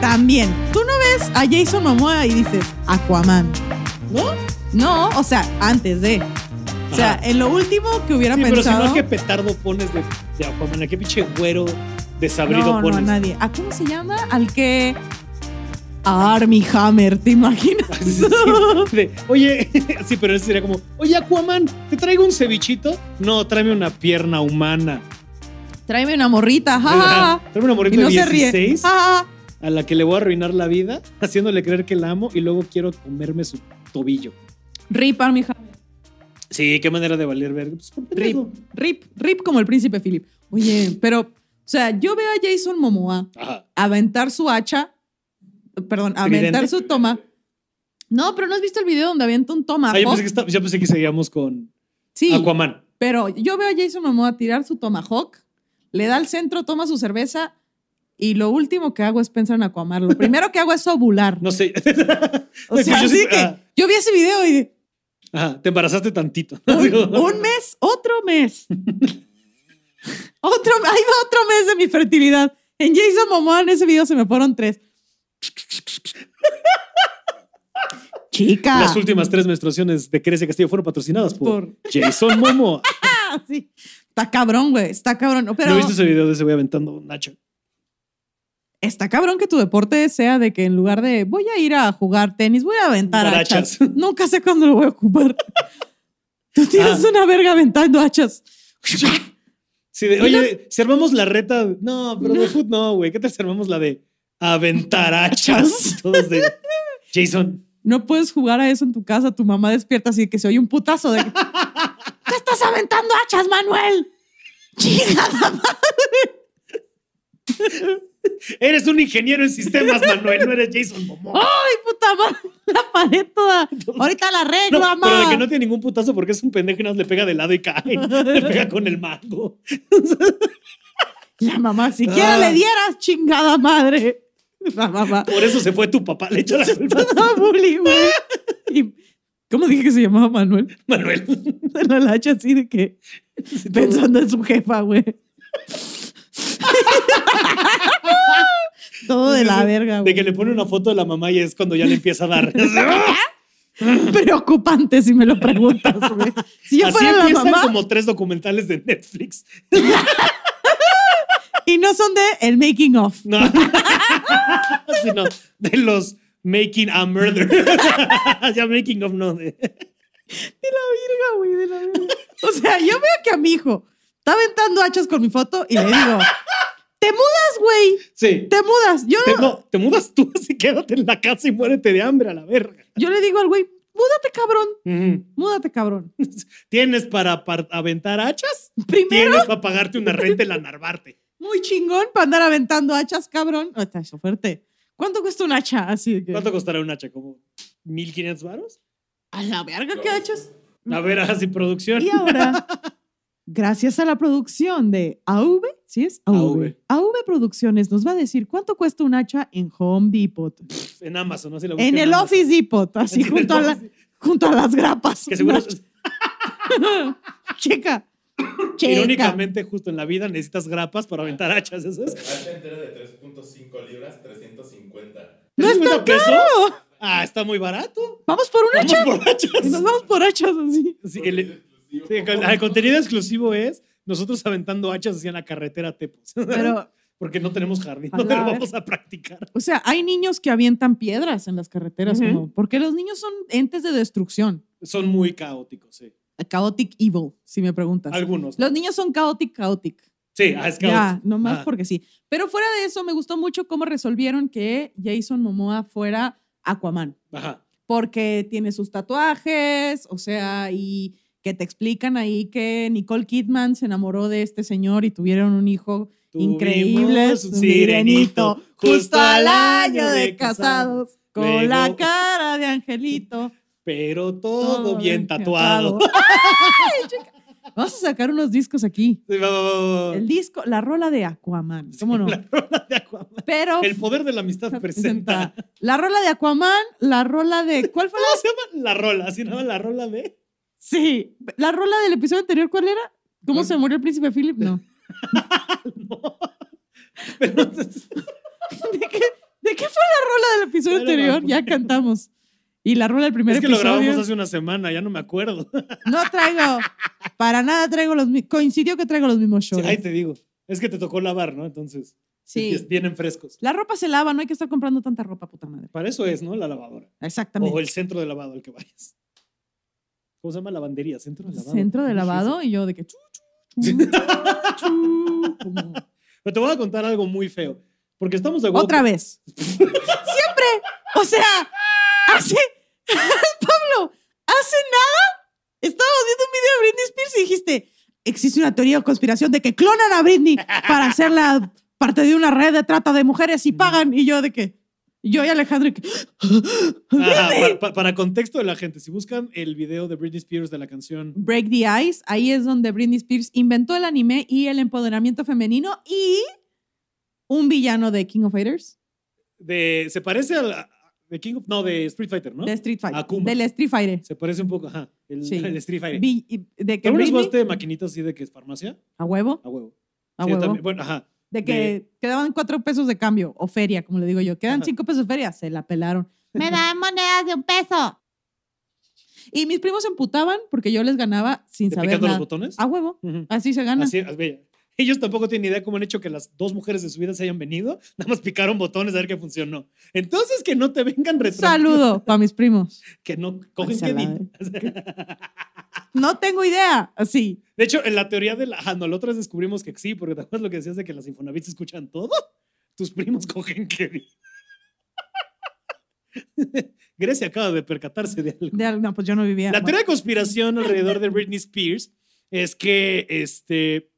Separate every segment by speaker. Speaker 1: También. Tú no ves a Jason Momoa y dices Aquaman.
Speaker 2: ¿No?
Speaker 1: No, o sea, antes de. O sea,
Speaker 2: Ajá.
Speaker 1: en lo último que hubiera
Speaker 2: Sí, pero si
Speaker 1: pensado.
Speaker 2: no, ¿qué petardo pones de, de Aquaman? ¿A qué pinche güero desabrido
Speaker 1: no, no, a
Speaker 2: pones?
Speaker 1: nadie. ¿A cómo se llama? Al que. A Army Hammer, ¿te imaginas?
Speaker 2: Sí, de, oye, sí, pero eso sería como, oye, Aquaman, ¿te traigo un cevichito? No, tráeme una pierna humana.
Speaker 1: Tráeme una morrita, ja, ja, ja.
Speaker 2: Tráeme una
Speaker 1: Ah, Y
Speaker 2: morrita
Speaker 1: no
Speaker 2: de
Speaker 1: se ríe.
Speaker 2: 16
Speaker 1: Ah,
Speaker 2: a la que le voy a arruinar la vida, haciéndole creer que la amo y luego quiero comerme su tobillo.
Speaker 1: rip Army Hammer.
Speaker 2: Sí, qué manera de valer verga. Pues, por
Speaker 1: Rip,
Speaker 2: pendejo.
Speaker 1: rip, rip como el príncipe Philip. Oye, pero, o sea, yo veo a Jason Momoa
Speaker 2: Ajá.
Speaker 1: aventar su hacha, perdón, aventar
Speaker 2: Tridente.
Speaker 1: su toma. No, pero no has visto el video donde avienta un toma.
Speaker 2: Ah, yo, pensé que está- yo pensé que seguíamos con
Speaker 1: sí,
Speaker 2: Aquaman.
Speaker 1: pero yo veo a Jason Momoa tirar su tomahawk, le da al centro, toma su cerveza y lo último que hago es pensar en Aquaman. Lo primero que hago es ovular.
Speaker 2: No sé.
Speaker 1: o sea,
Speaker 2: yo
Speaker 1: así
Speaker 2: sí-
Speaker 1: que
Speaker 2: ah.
Speaker 1: yo vi ese video y dije,
Speaker 2: Ajá, te embarazaste tantito.
Speaker 1: un, un mes, otro mes. otro, ahí va otro mes de mi fertilidad. En Jason Momoa en ese video se me fueron tres. Chica.
Speaker 2: Las últimas tres menstruaciones de Crece Castillo fueron patrocinadas por, Jason Momo.
Speaker 1: Ah, sí. Está cabrón, güey. Está cabrón. No, Pero
Speaker 2: ¿No viste ese video de ese güey aventando un hacha?
Speaker 1: está cabrón que tu deporte sea de que en lugar de voy a ir a jugar tenis, voy a aventar
Speaker 2: Aventar
Speaker 1: hachas.
Speaker 2: hachas.
Speaker 1: Nunca sé cuándo lo voy a ocupar. Tú tienes
Speaker 2: Ah.
Speaker 1: una verga aventando hachas.
Speaker 2: Sí, de, oye, si armamos la reta. No, pero de foot no, güey. ¿Qué tal si armamos la de aventar hachas? Todos de Jason.
Speaker 1: No puedes jugar a eso en tu casa. Tu mamá despierta así que se oye un putazo de. que, ¡Te estás aventando hachas, Manuel! ¡Chingada! madre".
Speaker 2: Eres un ingeniero en sistemas, Manuel. No eres Jason Momo.
Speaker 1: ¡Ay, puta madre! La pared toda. Ahorita la arreglo,
Speaker 2: No,
Speaker 1: mamá.
Speaker 2: pero de que no tiene ningún putazo porque es un pendejo y nada más le pega de lado y cae. Le pega con el mango.
Speaker 1: La mamá, siquiera
Speaker 2: Ah.
Speaker 1: le dieras, chingada madre. La mamá.
Speaker 2: Por eso se fue tu papá. Le echó la culpa a
Speaker 1: Todo bully, güey. Y- ¿Cómo dije que se llamaba Manuel?
Speaker 2: Manuel.
Speaker 1: La lacha así de que pensando en su jefa, güey. Todo de la verga,
Speaker 2: De
Speaker 1: güey.
Speaker 2: que le pone una foto de la mamá y es cuando ya le empieza a dar.
Speaker 1: Preocupante si me lo preguntas, güey. Si yo
Speaker 2: Así
Speaker 1: fuera la
Speaker 2: empiezan
Speaker 1: mamá
Speaker 2: como tres documentales de Netflix.
Speaker 1: y no son de el making of.
Speaker 2: No. Sino de los Making a Murder. ya Making of no. de-
Speaker 1: De la verga, güey, de la verga. O sea, yo veo que a mi hijo está aventando hachas con mi foto y le digo, te mudas, güey,
Speaker 2: Sí.
Speaker 1: te mudas. Yo,
Speaker 2: Te, no, te mudas tú, así quédate en la casa y muérete de hambre a la verga.
Speaker 1: yo le digo al güey, múdate, cabrón,
Speaker 2: Ujú.
Speaker 1: múdate, cabrón.
Speaker 2: ¿Tienes para, par- aventar hachas?
Speaker 1: Primero,
Speaker 2: ¿Tienes para pagarte una renta en la Narvarte?
Speaker 1: muy chingón para andar aventando hachas, cabrón. O sea, eso fuerte. ¿Cuánto cuesta un hacha? Así de que,
Speaker 2: ¿Cuánto costará un hacha? ¿Como 1500 varos?
Speaker 1: a la verga, ¿qué hachas?
Speaker 2: A ver, así producción.
Speaker 1: Mm. Y ahora, gracias a la producción de AV, ¿sí es? AV.
Speaker 2: AV.
Speaker 1: AV Producciones nos va a decir cuánto cuesta un hacha en Home Depot.
Speaker 2: En Amazon, así la busqué
Speaker 1: En el
Speaker 2: Amazon.
Speaker 1: Office Depot, así
Speaker 2: En el
Speaker 1: junto a, la-
Speaker 2: Office.
Speaker 1: junto a las grapas.
Speaker 2: Que seguro,
Speaker 1: Checa. Checa.
Speaker 2: irónicamente, justo en la vida necesitas grapas para aventar hachas. ¿Eso es?
Speaker 3: Hacha entera de 3.5 libras, 350.
Speaker 1: ¡No es tan
Speaker 2: ¿50 pesos?
Speaker 1: caro!
Speaker 2: Ah, está muy barato.
Speaker 1: Vamos por un
Speaker 2: Vamos
Speaker 1: hacha.
Speaker 2: por
Speaker 1: Y nos
Speaker 2: hachas.
Speaker 1: vamos por hachas así.
Speaker 2: Sí, el,
Speaker 3: Exclusivo.
Speaker 2: sí, el- el contenido exclusivo es nosotros aventando hachas hacia la carretera Tepos.
Speaker 1: Pero,
Speaker 2: Porque no tenemos jardín,
Speaker 1: A
Speaker 2: no te
Speaker 1: la
Speaker 2: lo
Speaker 1: ver-
Speaker 2: vamos a practicar.
Speaker 1: o sea, hay niños que avientan piedras en las carreteras,
Speaker 2: Ujú.
Speaker 1: como- porque los niños son entes de destrucción.
Speaker 2: Son muy caóticos, sí.
Speaker 1: A chaotic evil, si me preguntas.
Speaker 2: Algunos.
Speaker 1: Los niños son chaotic, chaotic.
Speaker 2: Sí, ah, es
Speaker 1: Ya,
Speaker 2: caótico.
Speaker 1: nomás
Speaker 2: Ah,
Speaker 1: porque sí. Pero fuera de eso, me gustó mucho cómo resolvieron que Jason Momoa fuera Aquaman.
Speaker 2: Ajá.
Speaker 1: porque tiene sus tatuajes, o sea, y que te explican ahí que Nicole Kidman se enamoró de este señor y tuvieron un hijo increíble,
Speaker 2: Tuvimos un sirenito
Speaker 1: justo al año de casados, con
Speaker 2: Luego-
Speaker 1: la cara de angelito.
Speaker 2: Pero todo, bien tatuado.
Speaker 1: Ay, chica. Vamos a sacar unos discos aquí.
Speaker 2: Sí, va, va, va, va.
Speaker 1: El disco, la rola de Aquaman, ¿cómo no?
Speaker 2: La rola de Aquaman.
Speaker 1: Pero
Speaker 2: El poder de la amistad presenta.
Speaker 1: la rola de Aquaman, la rola de ¿cuál fue la
Speaker 2: ¿Cómo se llama? La rola, así nada, la rola de.
Speaker 1: Sí, la rola del episodio anterior, ¿cuál era? ¿Cómo
Speaker 2: ¿Cuál?
Speaker 1: se murió el príncipe Philip? No.
Speaker 2: No. Pero,
Speaker 1: ¿De qué, de qué fue episodio
Speaker 2: Ya lo
Speaker 1: anterior
Speaker 2: grabamos.
Speaker 1: ya cantamos. Y la rola del primer
Speaker 2: Es que lo
Speaker 1: episodio.
Speaker 2: grabamos hace una semana, ya no me acuerdo.
Speaker 1: No traigo. Para nada traigo los mi- Coincidió que traigo los mismos
Speaker 2: Sí,
Speaker 1: shorts.
Speaker 2: ahí te digo. Es que te tocó lavar, ¿no? Entonces,
Speaker 1: Sí.
Speaker 2: sí, vienen frescos.
Speaker 1: La ropa se lava, no hay que estar comprando tanta ropa, puta madre.
Speaker 2: Para eso es, ¿no? La lavadora.
Speaker 1: Exactamente.
Speaker 2: O el centro de lavado al que vayas. ¿Cómo se llama? Lavandería, centro de lavado.
Speaker 1: Centro de
Speaker 2: Qué difícil.
Speaker 1: lavado y yo de que chu, chu, chu, chu, como-
Speaker 2: Pero te voy a contar algo muy feo. Porque estamos de acuerdo.
Speaker 1: Otra vez. Siempre. O sea, hace. Pablo, hace nada estábamos viendo un video de Britney Spears y dijiste: existe una teoría de conspiración de que clonan a Britney para hacerla parte de una red de trata de mujeres y pagan. Y yo de que. y Yo y Alejandro. y que,
Speaker 2: Ah, para, para- para contexto de la gente, si buscan el video de Britney Spears de la canción
Speaker 1: Break the Ice, ahí es donde Britney Spears inventó el anime y el empoderamiento femenino y un villano de King of Fighters,
Speaker 2: de. Se parece a la. De King of- No, de Street Fighter, ¿no? Ah,
Speaker 1: de Street Fighter,
Speaker 2: Akuma.
Speaker 1: del Street Fighter.
Speaker 2: Se parece un poco, ajá. El,
Speaker 1: Sí.
Speaker 2: el Street Fighter.
Speaker 1: Vi- y- De que
Speaker 2: ¿Alguna vez
Speaker 1: Britney-
Speaker 2: jugaste de maquinitas así de que es farmacia?
Speaker 1: a huevo,
Speaker 2: A huevo.
Speaker 1: a
Speaker 2: Sí, yo
Speaker 1: huevo.
Speaker 2: también. Bueno, ajá.
Speaker 1: De que
Speaker 2: de-
Speaker 1: quedaban cuatro pesos de cambio o feria, como le digo yo. Quedan
Speaker 2: Ajá.
Speaker 1: cinco pesos de feria, se la pelaron. Me dan monedas de un peso. Y mis primos se emputaban porque yo les ganaba sin
Speaker 2: ¿Te
Speaker 1: saber
Speaker 2: picando los
Speaker 1: nada. Ah,
Speaker 2: botones?
Speaker 1: A huevo,
Speaker 2: Ujú.
Speaker 1: así se gana.
Speaker 2: Así, as- ve, Ellos tampoco tienen idea cómo han hecho que las dos mujeres de su vida se hayan venido. Nada más picaron botones a ver qué funcionó. Entonces, que no te vengan retroactivos.
Speaker 1: Saludo para mis primos.
Speaker 2: Que no cogen
Speaker 1: Hacia
Speaker 2: qué
Speaker 1: la-
Speaker 2: vin-
Speaker 1: No tengo idea, así.
Speaker 2: De hecho, en la teoría de la... Ah, no, la otra vez descubrimos que sí, porque te acuerdas lo que decías de que las Infonavits escuchan todo. Tus primos cogen qué vin- Grecia acaba de percatarse de algo.
Speaker 1: De algo- no, pues yo no vivía.
Speaker 2: La
Speaker 1: bueno,
Speaker 2: teoría de conspiración alrededor de Britney Spears es que este,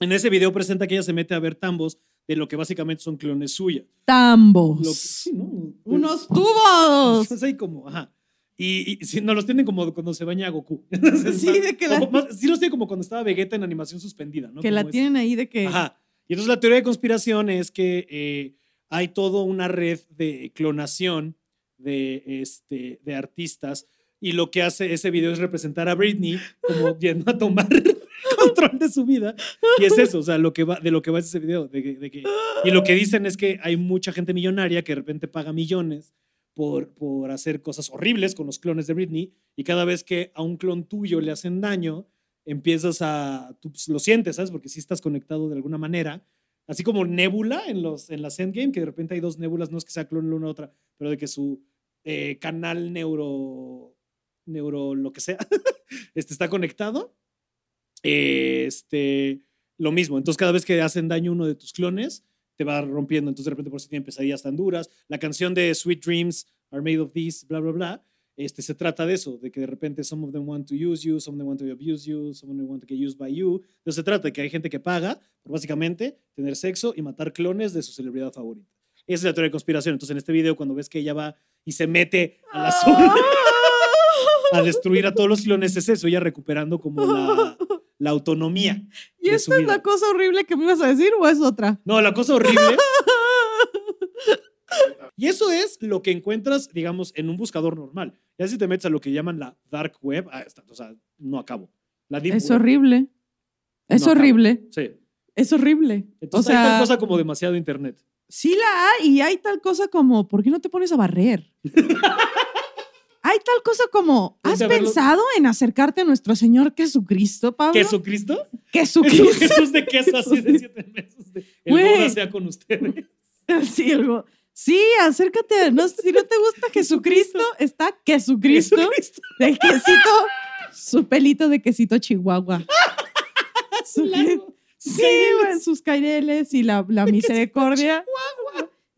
Speaker 2: en ese video presenta que ella se mete a ver tambos de lo que básicamente son clones suyas.
Speaker 1: Tambos.
Speaker 2: Lo que- sí, ¿no?
Speaker 1: Unos tubos.
Speaker 2: Entonces ahí como, ajá. Y, y si no los tienen como cuando se baña Goku. Entonces,
Speaker 1: Sí, de que la-
Speaker 2: o más- sí los tienen como cuando estaba Vegeta en animación suspendida, ¿no?
Speaker 1: que la
Speaker 2: Como es-
Speaker 1: tienen ahí de que.
Speaker 2: Ajá. Y entonces la teoría de conspiración es que eh, hay toda una red de clonación de, este, de artistas y lo que hace ese video es representar a Britney como yendo a tomar control de su vida. Y es eso, o sea, lo que va, de lo que va es ese video. de que- de que- y lo que dicen es que hay mucha gente millonaria que de repente paga millones por, por hacer cosas horribles con los clones de Britney y cada vez que a un clon tuyo le hacen daño, empiezas a, tú pues, lo sientes, ¿sabes? Porque sí estás conectado de alguna manera. Así como Nebula en, los, en las Endgame, que de repente hay dos Nébulas, no es que sea clon la una a otra, pero de que su eh, canal neuro, neuro lo que sea, este, está conectado. Eh, Este, lo mismo, entonces cada vez que hacen daño uno de tus clones, te va rompiendo, entonces de repente por si tienen pesadillas tan duras. La canción de Sweet Dreams are made of these, bla, bla, bla, este, se trata de eso, de que de repente some of them want to use you, some of them want to abuse you, some of them want to get used by you. Entonces se trata de que hay gente que paga por básicamente tener sexo y matar clones de su celebridad favorita. Esa es la teoría de conspiración. Entonces en este video cuando ves que ella va y se mete a
Speaker 1: ¡Ah!
Speaker 2: la zona a destruir a todos los clones, es eso, ella recuperando como la, la autonomía.
Speaker 1: ¿Y
Speaker 2: de su
Speaker 1: esta es
Speaker 2: vida.
Speaker 1: la cosa horrible que me ibas a decir o es otra?
Speaker 2: No, la cosa horrible. Y eso es lo que encuentras, digamos, en un buscador normal. Ya si te metes a lo que llaman la dark web, ah, está- o sea, no acabo. La deep
Speaker 1: Es
Speaker 2: web.
Speaker 1: horrible. Es
Speaker 2: pues. No,
Speaker 1: horrible.
Speaker 2: Sí.
Speaker 1: Es horrible.
Speaker 2: Entonces
Speaker 1: o
Speaker 2: hay tal
Speaker 1: sea,
Speaker 2: cosa como demasiado internet.
Speaker 1: sí la hay y hay tal cosa como, ¿por qué no te pones a barrer? hay tal cosa como,
Speaker 2: Ponte
Speaker 1: ¿has
Speaker 2: a verlo.
Speaker 1: pensado en acercarte a nuestro Señor Jesucristo, Pablo?
Speaker 2: ¿Jesucristo?
Speaker 1: Jesucristo.
Speaker 2: Es un Jesús de queso así de siete meses. de, el
Speaker 1: Güey.
Speaker 2: Buda sea con ustedes.
Speaker 1: Sí, algo. Sí, acércate. No, si no te gusta Jesucristo, está Jesucristo.
Speaker 2: Jesucristo.
Speaker 1: De quesito. Su pelito de quesito chihuahua. Su pe-
Speaker 2: largo.
Speaker 1: sí, güey, sus caireles y la, la misericordia.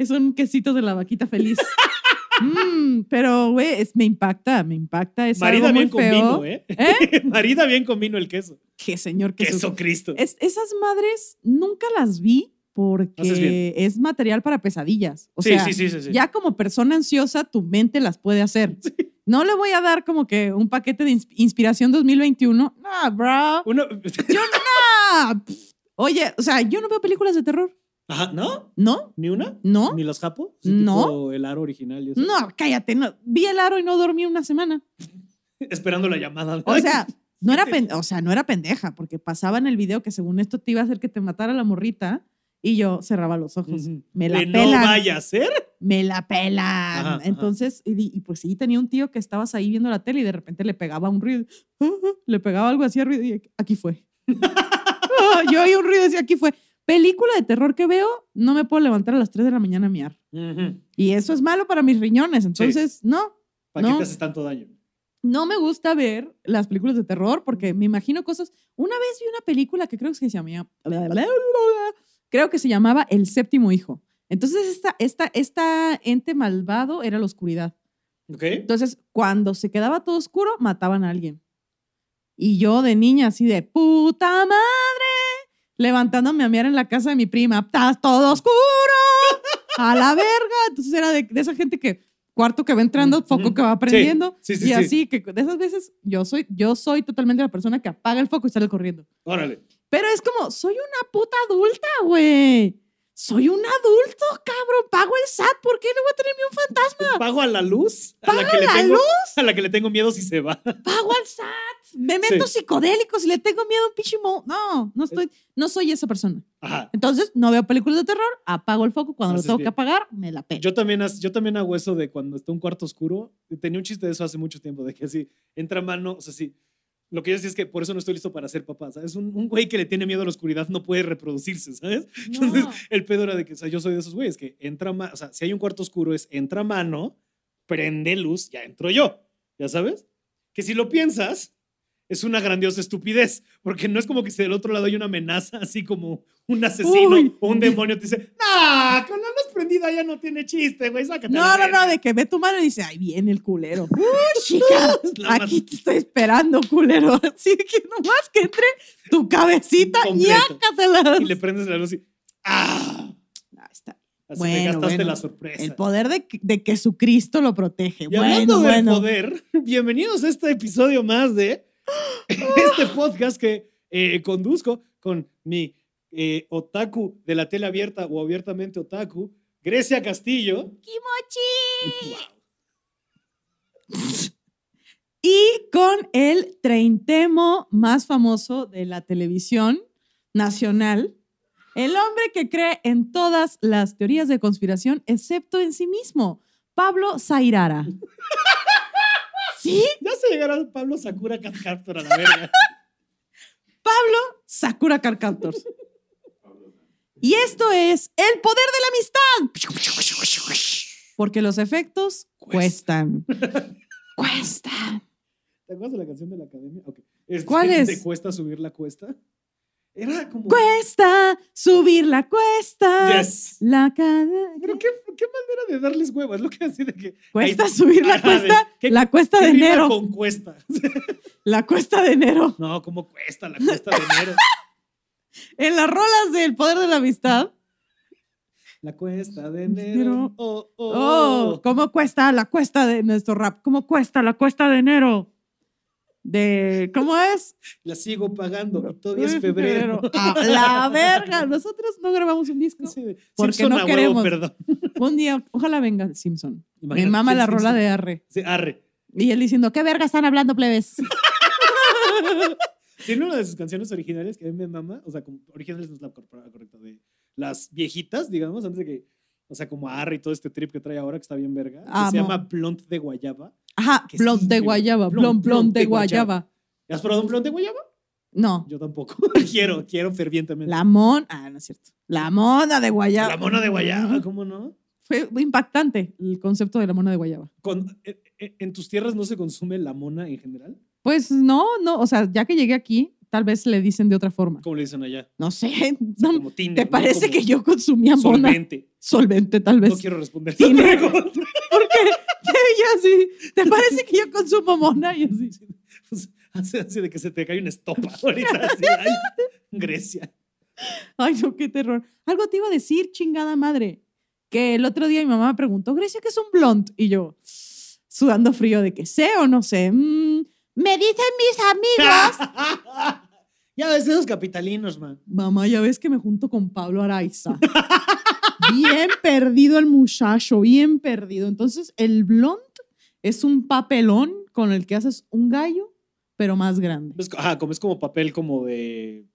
Speaker 1: Son quesitos de la vaquita feliz. Mm, pero, güey, es- me impacta, me impacta. Es
Speaker 2: Marida
Speaker 1: algo muy
Speaker 2: bien con
Speaker 1: feo.
Speaker 2: vino, ¿eh?
Speaker 1: ¿Eh?
Speaker 2: Marida bien con vino el queso.
Speaker 1: Qué señor Jesucristo.
Speaker 2: Jesucristo.
Speaker 1: Es- esas madres nunca las vi
Speaker 2: Haces
Speaker 1: porque
Speaker 2: bien.
Speaker 1: es material para pesadillas. O
Speaker 2: sí,
Speaker 1: sea,
Speaker 2: sí, sí, sí, sí.
Speaker 1: ya como persona ansiosa, tu mente las puede hacer. No le voy a dar como que un paquete de ins- inspiración 2021. Nah, bro.
Speaker 2: Uno-
Speaker 1: Nah. Pff. Oye, o sea, yo no veo películas de terror.
Speaker 2: Ajá, ¿no?
Speaker 1: ¿No?
Speaker 2: ¿Ni una?
Speaker 1: ¿No?
Speaker 2: ¿Ni las japo?
Speaker 1: No.
Speaker 2: Tipo el aro original. y eso.
Speaker 1: No, cállate. No. Vi el aro y no dormí una semana.
Speaker 2: Esperando la llamada.
Speaker 1: O sea, no era, pen- o sea, no era pendeja, porque pasaba en el video que según esto te iba a hacer que te matara la morrita y yo cerraba los ojos.
Speaker 2: Ujú.
Speaker 1: pues, Me la
Speaker 2: De no
Speaker 1: pelan.
Speaker 2: vaya a ser
Speaker 1: me la pelan.
Speaker 2: Ajá, ajá.
Speaker 1: Entonces, y, di- y pues sí, tenía un tío que estabas ahí viendo la tele y de repente le pegaba un ruido, le pegaba algo así a ruido y aquí fue. Ah, Yo oí un ruido y decía, aquí fue. Película de terror que veo, no me puedo levantar a las 3 de la mañana a miar.
Speaker 2: Ujú.
Speaker 1: Y eso es malo para mis riñones. Entonces, no,
Speaker 2: ¿Para qué
Speaker 1: No.
Speaker 2: te haces tanto daño?
Speaker 1: no me gusta ver las películas de terror porque me imagino cosas. Una vez vi una película que creo que se llamaba. Creo que se llamaba El séptimo hijo. Entonces, esta, esta, esta ente malvado era la oscuridad.
Speaker 2: ¿Ok?
Speaker 1: Entonces, cuando se quedaba todo oscuro, mataban a alguien. Y yo de niña, así de puta madre, levantándome a mirar en la casa de mi prima, está todo oscuro, a la verga. Entonces era de, de esa gente que cuarto que va entrando,
Speaker 2: Ujú.
Speaker 1: foco que va prendiendo.
Speaker 2: Sí, sí,
Speaker 1: y
Speaker 2: sí.
Speaker 1: así que de esas veces yo soy, yo soy totalmente la persona que apaga el foco y sale corriendo.
Speaker 2: Órale.
Speaker 1: Pero es como, soy una puta adulta, güey. Soy un adulto, cabrón. Pago el SAT. ¿Por qué no voy a tener mi un fantasma?
Speaker 2: ¿Pago a la luz? ¿A la, que le
Speaker 1: la
Speaker 2: tengo, a la que le tengo miedo si se va.
Speaker 1: pago al SAT, me meto psicodélicos y le tengo miedo a un pinche mo- No, no estoy, no soy esa persona.
Speaker 2: Ajá.
Speaker 1: Entonces, no veo películas de terror, apago el foco, cuando
Speaker 2: Haces
Speaker 1: lo tengo
Speaker 2: bien.
Speaker 1: que apagar, me la pego.
Speaker 2: Yo también, as- yo también hago eso de cuando está un cuarto oscuro. Tenía un chiste de eso hace mucho tiempo, de que así entra mano, o sea, sí. Lo que yo decía es que por eso no estoy listo para ser papá. ¿sabes? Un, un güey que le tiene miedo a la oscuridad no puede reproducirse, ¿sabes? Entonces, el pedo era de que, o sea, yo soy de esos güeyes que entra mano, o sea, si hay un cuarto oscuro es entra mano, prende luz, ya entro yo, ¿ya sabes? Que si lo piensas, es una grandiosa estupidez, porque no es como que si del otro lado hay una amenaza, así como un asesino
Speaker 1: Uy.
Speaker 2: o un demonio te dice, ¡ah! Con la luz prendida ya no tiene chiste, güey, sácate.
Speaker 1: no, no, no, de que ve tu mano y dice, ay, viene el culero. ¡Uh, chica!
Speaker 2: la más-
Speaker 1: Aquí te estoy esperando, culero. Así que nomás que entre tu cabecita,
Speaker 2: Completo.
Speaker 1: ñácatela.
Speaker 2: Y le prendes la luz y ¡ah!
Speaker 1: Ah, está.
Speaker 2: Así
Speaker 1: Bueno,
Speaker 2: te gastaste
Speaker 1: bueno.
Speaker 2: la sorpresa.
Speaker 1: El poder de, de Jesucristo lo protege.
Speaker 2: Y
Speaker 1: bueno,
Speaker 2: hablando del
Speaker 1: bueno.
Speaker 2: poder, bienvenidos a este episodio más de este podcast que eh, conduzco con mi eh, otaku de la tele abierta o abiertamente otaku, Grecia Castillo.
Speaker 1: Y con el treintemo más famoso de la televisión nacional, el hombre que cree en todas las teorías de conspiración excepto en sí mismo, Pablo Zairara. ¿Sí?
Speaker 2: Ya se llegará Pablo Sakura Cat Captor a la verga.
Speaker 1: Sakura Card Captors. Y esto es el poder de la amistad. Porque los efectos cuestan. Cuestan.
Speaker 2: ¿Te acuerdas de la canción de la academia? Ok. Este,
Speaker 1: ¿Cuál
Speaker 2: ¿Te
Speaker 1: es?
Speaker 2: cuesta subir la cuesta? Era como.
Speaker 1: cuesta subir la cuesta.
Speaker 2: Yes.
Speaker 1: La cada-
Speaker 2: Pero qué, qué manera de darles huevas, lo que así de que.
Speaker 1: Cuesta subir la
Speaker 2: Ajá, de-
Speaker 1: cuesta.
Speaker 2: ¿qué-
Speaker 1: La cuesta
Speaker 2: que
Speaker 1: de
Speaker 2: rima
Speaker 1: enero.
Speaker 2: Con cuesta.
Speaker 1: La cuesta de enero.
Speaker 2: No, ¿cómo cuesta la cuesta de enero?
Speaker 1: En las rolas del poder de la amistad.
Speaker 2: La cuesta de
Speaker 1: Enero.
Speaker 2: enero. Oh,
Speaker 1: Pues, Oh,
Speaker 2: oh, oh.
Speaker 1: ¿cómo cuesta la cuesta de nuestro rap? ¿Cómo cuesta la cuesta de enero? De, ¿cómo es?
Speaker 2: La sigo pagando y todavía es febrero.
Speaker 1: Ah, la verga. Nosotros no grabamos un disco.
Speaker 2: Sí,
Speaker 1: Porque
Speaker 2: Simpson
Speaker 1: no
Speaker 2: a
Speaker 1: queremos.
Speaker 2: huevo, perdón.
Speaker 1: Un día, ojalá venga Simpson. Me
Speaker 2: Imagínate,
Speaker 1: mama
Speaker 2: sí,
Speaker 1: la
Speaker 2: sí,
Speaker 1: rola
Speaker 2: sí.
Speaker 1: de Arre.
Speaker 2: Sí, arre.
Speaker 1: Y él diciendo, ¿qué verga están hablando, plebes?
Speaker 2: Tiene una de sus canciones originales que a mí me mama. O sea, como originales no es la correcta, correcta, de las viejitas, digamos, antes de que. O sea, como arre y todo este trip que trae ahora que está bien verga. que
Speaker 1: Amo.
Speaker 2: se llama Blunt de Guayaba.
Speaker 1: Ajá,
Speaker 2: Que
Speaker 1: blond
Speaker 2: sí,
Speaker 1: de
Speaker 2: pero-
Speaker 1: guayaba,
Speaker 2: blond,
Speaker 1: blond, blond
Speaker 2: blond
Speaker 1: de
Speaker 2: de guayaba.
Speaker 1: guayaba.
Speaker 2: ¿Has probado un Blunt de Guayaba?
Speaker 1: No,
Speaker 2: Yo tampoco. quiero, quiero fervientemente.
Speaker 1: la mon, ah, no es cierto. La mona de guayaba.
Speaker 2: La mona de Guayaba, ¿cómo no?
Speaker 1: Fue impactante el concepto de la mona de guayaba.
Speaker 2: Con- eh, eh, ¿En tus tierras no se consume la mona en general?
Speaker 1: Pues no, no, o sea, ya que llegué aquí, tal vez le dicen de otra forma.
Speaker 2: Como le dicen allá.
Speaker 1: No sé,
Speaker 2: O
Speaker 1: no,
Speaker 2: sea, como
Speaker 1: ¿te
Speaker 2: Tinder, ¿no?
Speaker 1: parece
Speaker 2: Como
Speaker 1: que yo consumía mona? Solvente,
Speaker 2: Solvente.
Speaker 1: tal
Speaker 2: No
Speaker 1: vez.
Speaker 2: quiero responder. esa
Speaker 1: Tinder.
Speaker 2: pregunta.
Speaker 1: Porque ella sí, ¿te parece que yo consumo mona? Y así.
Speaker 2: Pues, Así, así de que se te cae una estopa ahorita. así, ay, Grecia.
Speaker 1: Ay, no, qué terror. Algo te iba a decir, chingada madre. Que el otro día mi mamá me preguntó, Grecia, ¿qué es un blond? Y yo, sudando frío de que sé o no sé. Mm, me dicen mis amigos.
Speaker 2: ya ves esos capitalinos, man.
Speaker 1: Mamá, ya ves que me junto con Pablo Araiza. bien perdido el muchacho, bien perdido. Entonces, el blond es un papelón con el que haces un gallo, pero más grande.
Speaker 2: Es, co- ajá, como es como papel como de.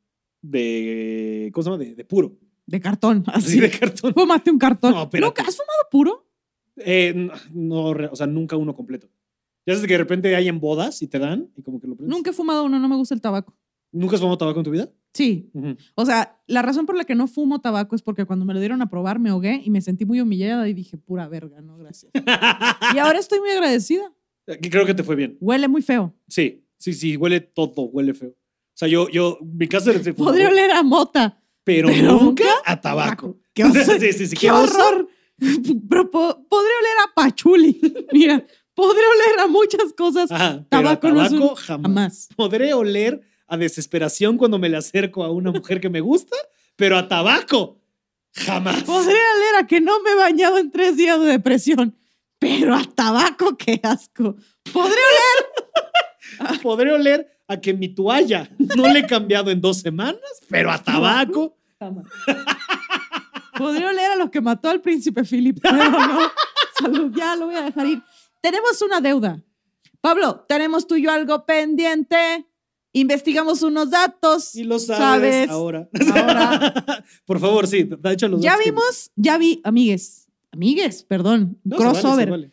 Speaker 2: de ¿Cómo se llama? De, de puro.
Speaker 1: De cartón,
Speaker 2: Así
Speaker 1: así.
Speaker 2: de cartón.
Speaker 1: Ah, Fumate un cartón.
Speaker 2: No, espérate.
Speaker 1: ¿Nunca- ¿Has fumado puro?
Speaker 2: Eh, n- no, re- o sea, nunca uno completo. Ya sabes que de repente hay en bodas y te dan y como que lo prendes.
Speaker 1: Nunca he fumado uno, no me gusta el tabaco.
Speaker 2: ¿Nunca has fumado tabaco en tu vida?
Speaker 1: Sí.
Speaker 2: Ujú.
Speaker 1: O sea, la razón por la que no fumo tabaco es porque cuando me lo dieron a probar me ahogué y me sentí muy humillada y dije, pura verga, no, gracias. y ahora estoy muy agradecida.
Speaker 2: Que Creo que te fue bien.
Speaker 1: Huele muy feo.
Speaker 2: Sí, sí, sí, huele todo, huele feo. O sea, yo, yo, mi casa era de fumar,
Speaker 1: Podría oler a mota.
Speaker 2: pero,
Speaker 1: pero
Speaker 2: nunca
Speaker 1: nunca
Speaker 2: a tabaco.
Speaker 1: ¡Qué horror!
Speaker 2: sí, sí, sí,
Speaker 1: ¡Qué, horror! Pero po- podría oler a pachuli. Mira, podría oler a muchas cosas.
Speaker 2: Ajá, pero a
Speaker 1: Tabaco no es un-
Speaker 2: tabaco jamás.
Speaker 1: Jamás.
Speaker 2: Podré oler a desesperación cuando me le acerco a una mujer que me gusta, pero a tabaco jamás.
Speaker 1: Podría oler a que no me he bañado en tres días de depresión. Pero a tabaco, qué asco. Podría
Speaker 2: Podré oler a que mi toalla no le he cambiado en dos semanas, pero a tabaco.
Speaker 1: Jamás. Podría oler a lo que mató al príncipe Philip, pero no. Salud, ya lo voy a dejar ir. Tenemos una deuda. Pablo, tenemos tú y yo algo pendiente. Investigamos unos datos.
Speaker 2: Y lo sabes,
Speaker 1: Sabes.
Speaker 2: ahora.
Speaker 1: Ahora,
Speaker 2: Por favor, sí, da hecho los
Speaker 1: ya
Speaker 2: datos que-
Speaker 1: vimos, ya vi, amigues. Amigues, perdón.
Speaker 2: No, se vale, se
Speaker 1: crossover.
Speaker 2: vale.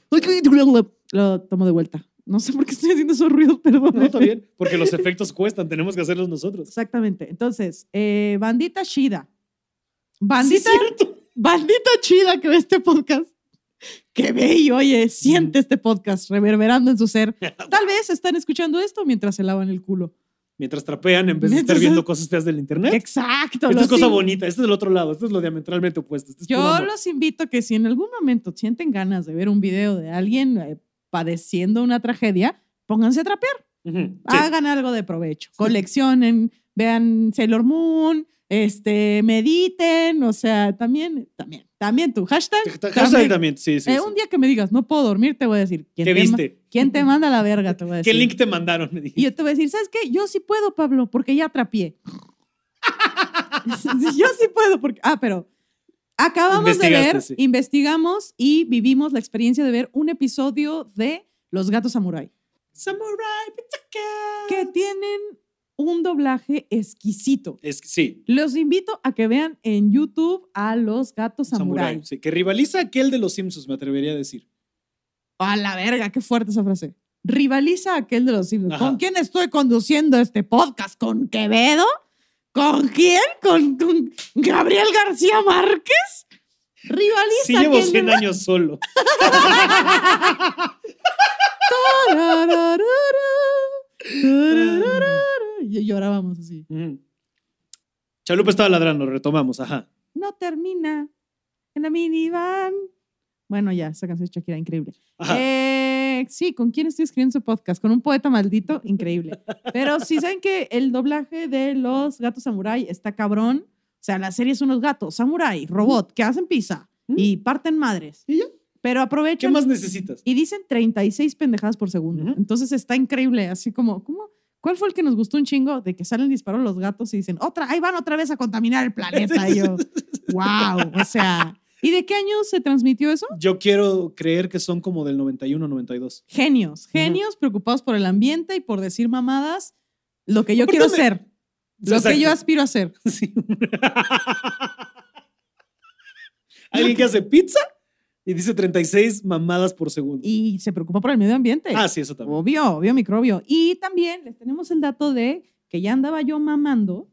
Speaker 1: Lo tomo de vuelta. No sé por qué estoy haciendo esos ruidos, perdón.
Speaker 2: No, está bien, porque los efectos cuestan, tenemos que hacerlos nosotros.
Speaker 1: Exactamente. Entonces, eh, bandita chida.
Speaker 2: Sí,
Speaker 1: Bandita
Speaker 2: cierto.
Speaker 1: Bandita chida que ve este podcast, que ve y oye, siente
Speaker 2: Mm.
Speaker 1: este podcast reverberando en su ser. Tal vez están escuchando esto mientras se lavan el culo.
Speaker 2: Mientras trapean, en vez de estar
Speaker 1: Mientras-
Speaker 2: viendo cosas feas del internet.
Speaker 1: Exacto.
Speaker 2: Esta
Speaker 1: los
Speaker 2: ¿Eh? es cosa
Speaker 1: in-
Speaker 2: bonita, este es el otro lado, este es lo diametralmente opuesto. este es puro
Speaker 1: Yo
Speaker 2: amor.
Speaker 1: los invito que si en algún momento sienten ganas de ver un video de alguien eh, padeciendo una tragedia, pónganse a trapear,
Speaker 2: Ujú, sí.
Speaker 1: hagan algo de provecho, coleccionen, vean Sailor Moon, este, mediten, o sea, también, también, también tu hashtag.
Speaker 2: Hashtag también, sí, sí.
Speaker 1: Eh,
Speaker 2: sí.
Speaker 1: un día que me digas, no puedo dormir, te voy a decir. ¿quién te
Speaker 2: ¿Qué
Speaker 1: ma-
Speaker 2: viste?
Speaker 1: ¿Quién te manda a la verga? Te voy a
Speaker 2: ¿Qué
Speaker 1: decir.
Speaker 2: link te mandaron? Me
Speaker 1: Y
Speaker 2: dijiste.
Speaker 1: yo te voy a decir, ¿sabes qué? Yo sí puedo, Pablo, porque ya trapié. yo sí puedo, porque. Ah, pero. Acabamos de
Speaker 2: Investigaste,
Speaker 1: ver,
Speaker 2: sí.
Speaker 1: investigamos y vivimos la experiencia de ver un episodio de Los Gatos Samurai,
Speaker 2: Samurai Pitaka.
Speaker 1: que tienen un doblaje exquisito.
Speaker 2: Es que sí.
Speaker 1: Los invito a que vean en YouTube a Los Gatos
Speaker 2: Samurai.
Speaker 1: Samurai.
Speaker 2: sí, que rivaliza a aquel de los Simpsons, me atrevería a decir.
Speaker 1: A la verga, qué fuerte esa frase. Rivaliza a aquel de los Simpsons.
Speaker 2: Ajá.
Speaker 1: ¿Con quién estoy conduciendo este podcast? ¿Con Quevedo? ¿Con quién? ¿Con, con Gabriel García Márquez? Rivaliza
Speaker 2: Sí,
Speaker 1: a
Speaker 2: llevo
Speaker 1: aquel de
Speaker 2: 100 años solo.
Speaker 1: Tarararara, tarararara. Y llorábamos así.
Speaker 2: Ujú. Chalupa estaba ladrando, retomamos, ajá.
Speaker 1: No termina en la minivan. Bueno, ya, esa canción de Shakira, increíble.
Speaker 2: Ajá.
Speaker 1: Eh, sí, ¿con quién estoy escribiendo su podcast? Con un poeta maldito, increíble. Pero sí saben que el doblaje de los gatos samurai está cabrón. O sea, la serie es unos gatos, samurai, robot, que hacen pizza
Speaker 2: Mm.
Speaker 1: y parten madres.
Speaker 2: ¿Y ya?
Speaker 1: Pero
Speaker 2: ¿Qué
Speaker 1: aprovechan
Speaker 2: más necesitas?
Speaker 1: y dicen 36 pendejadas por segundo.
Speaker 2: Ujú.
Speaker 1: Entonces está increíble, así como, ¿cómo? ¿Cuál fue el que nos gustó un chingo de que salen disparos los gatos y dicen, otra, ahí van otra vez a contaminar el planeta? Y yo, wow, o sea, ¿y de qué año se transmitió eso?
Speaker 2: Yo quiero creer que son como del 91 92.
Speaker 1: genios,
Speaker 2: Ujú.
Speaker 1: genios preocupados por el ambiente y por decir mamadas lo que yo quiero
Speaker 2: Aparte
Speaker 1: hacer, lo que yo
Speaker 2: Exacto.
Speaker 1: aspiro a hacer.
Speaker 2: Sí. Alguien que hace pizza y dice 36 mamadas por segundo.
Speaker 1: Y se preocupa por el medio ambiente.
Speaker 2: Ah, sí, eso también.
Speaker 1: obvio, obvio microbio. Y también les tenemos el dato de que ya andaba yo mamando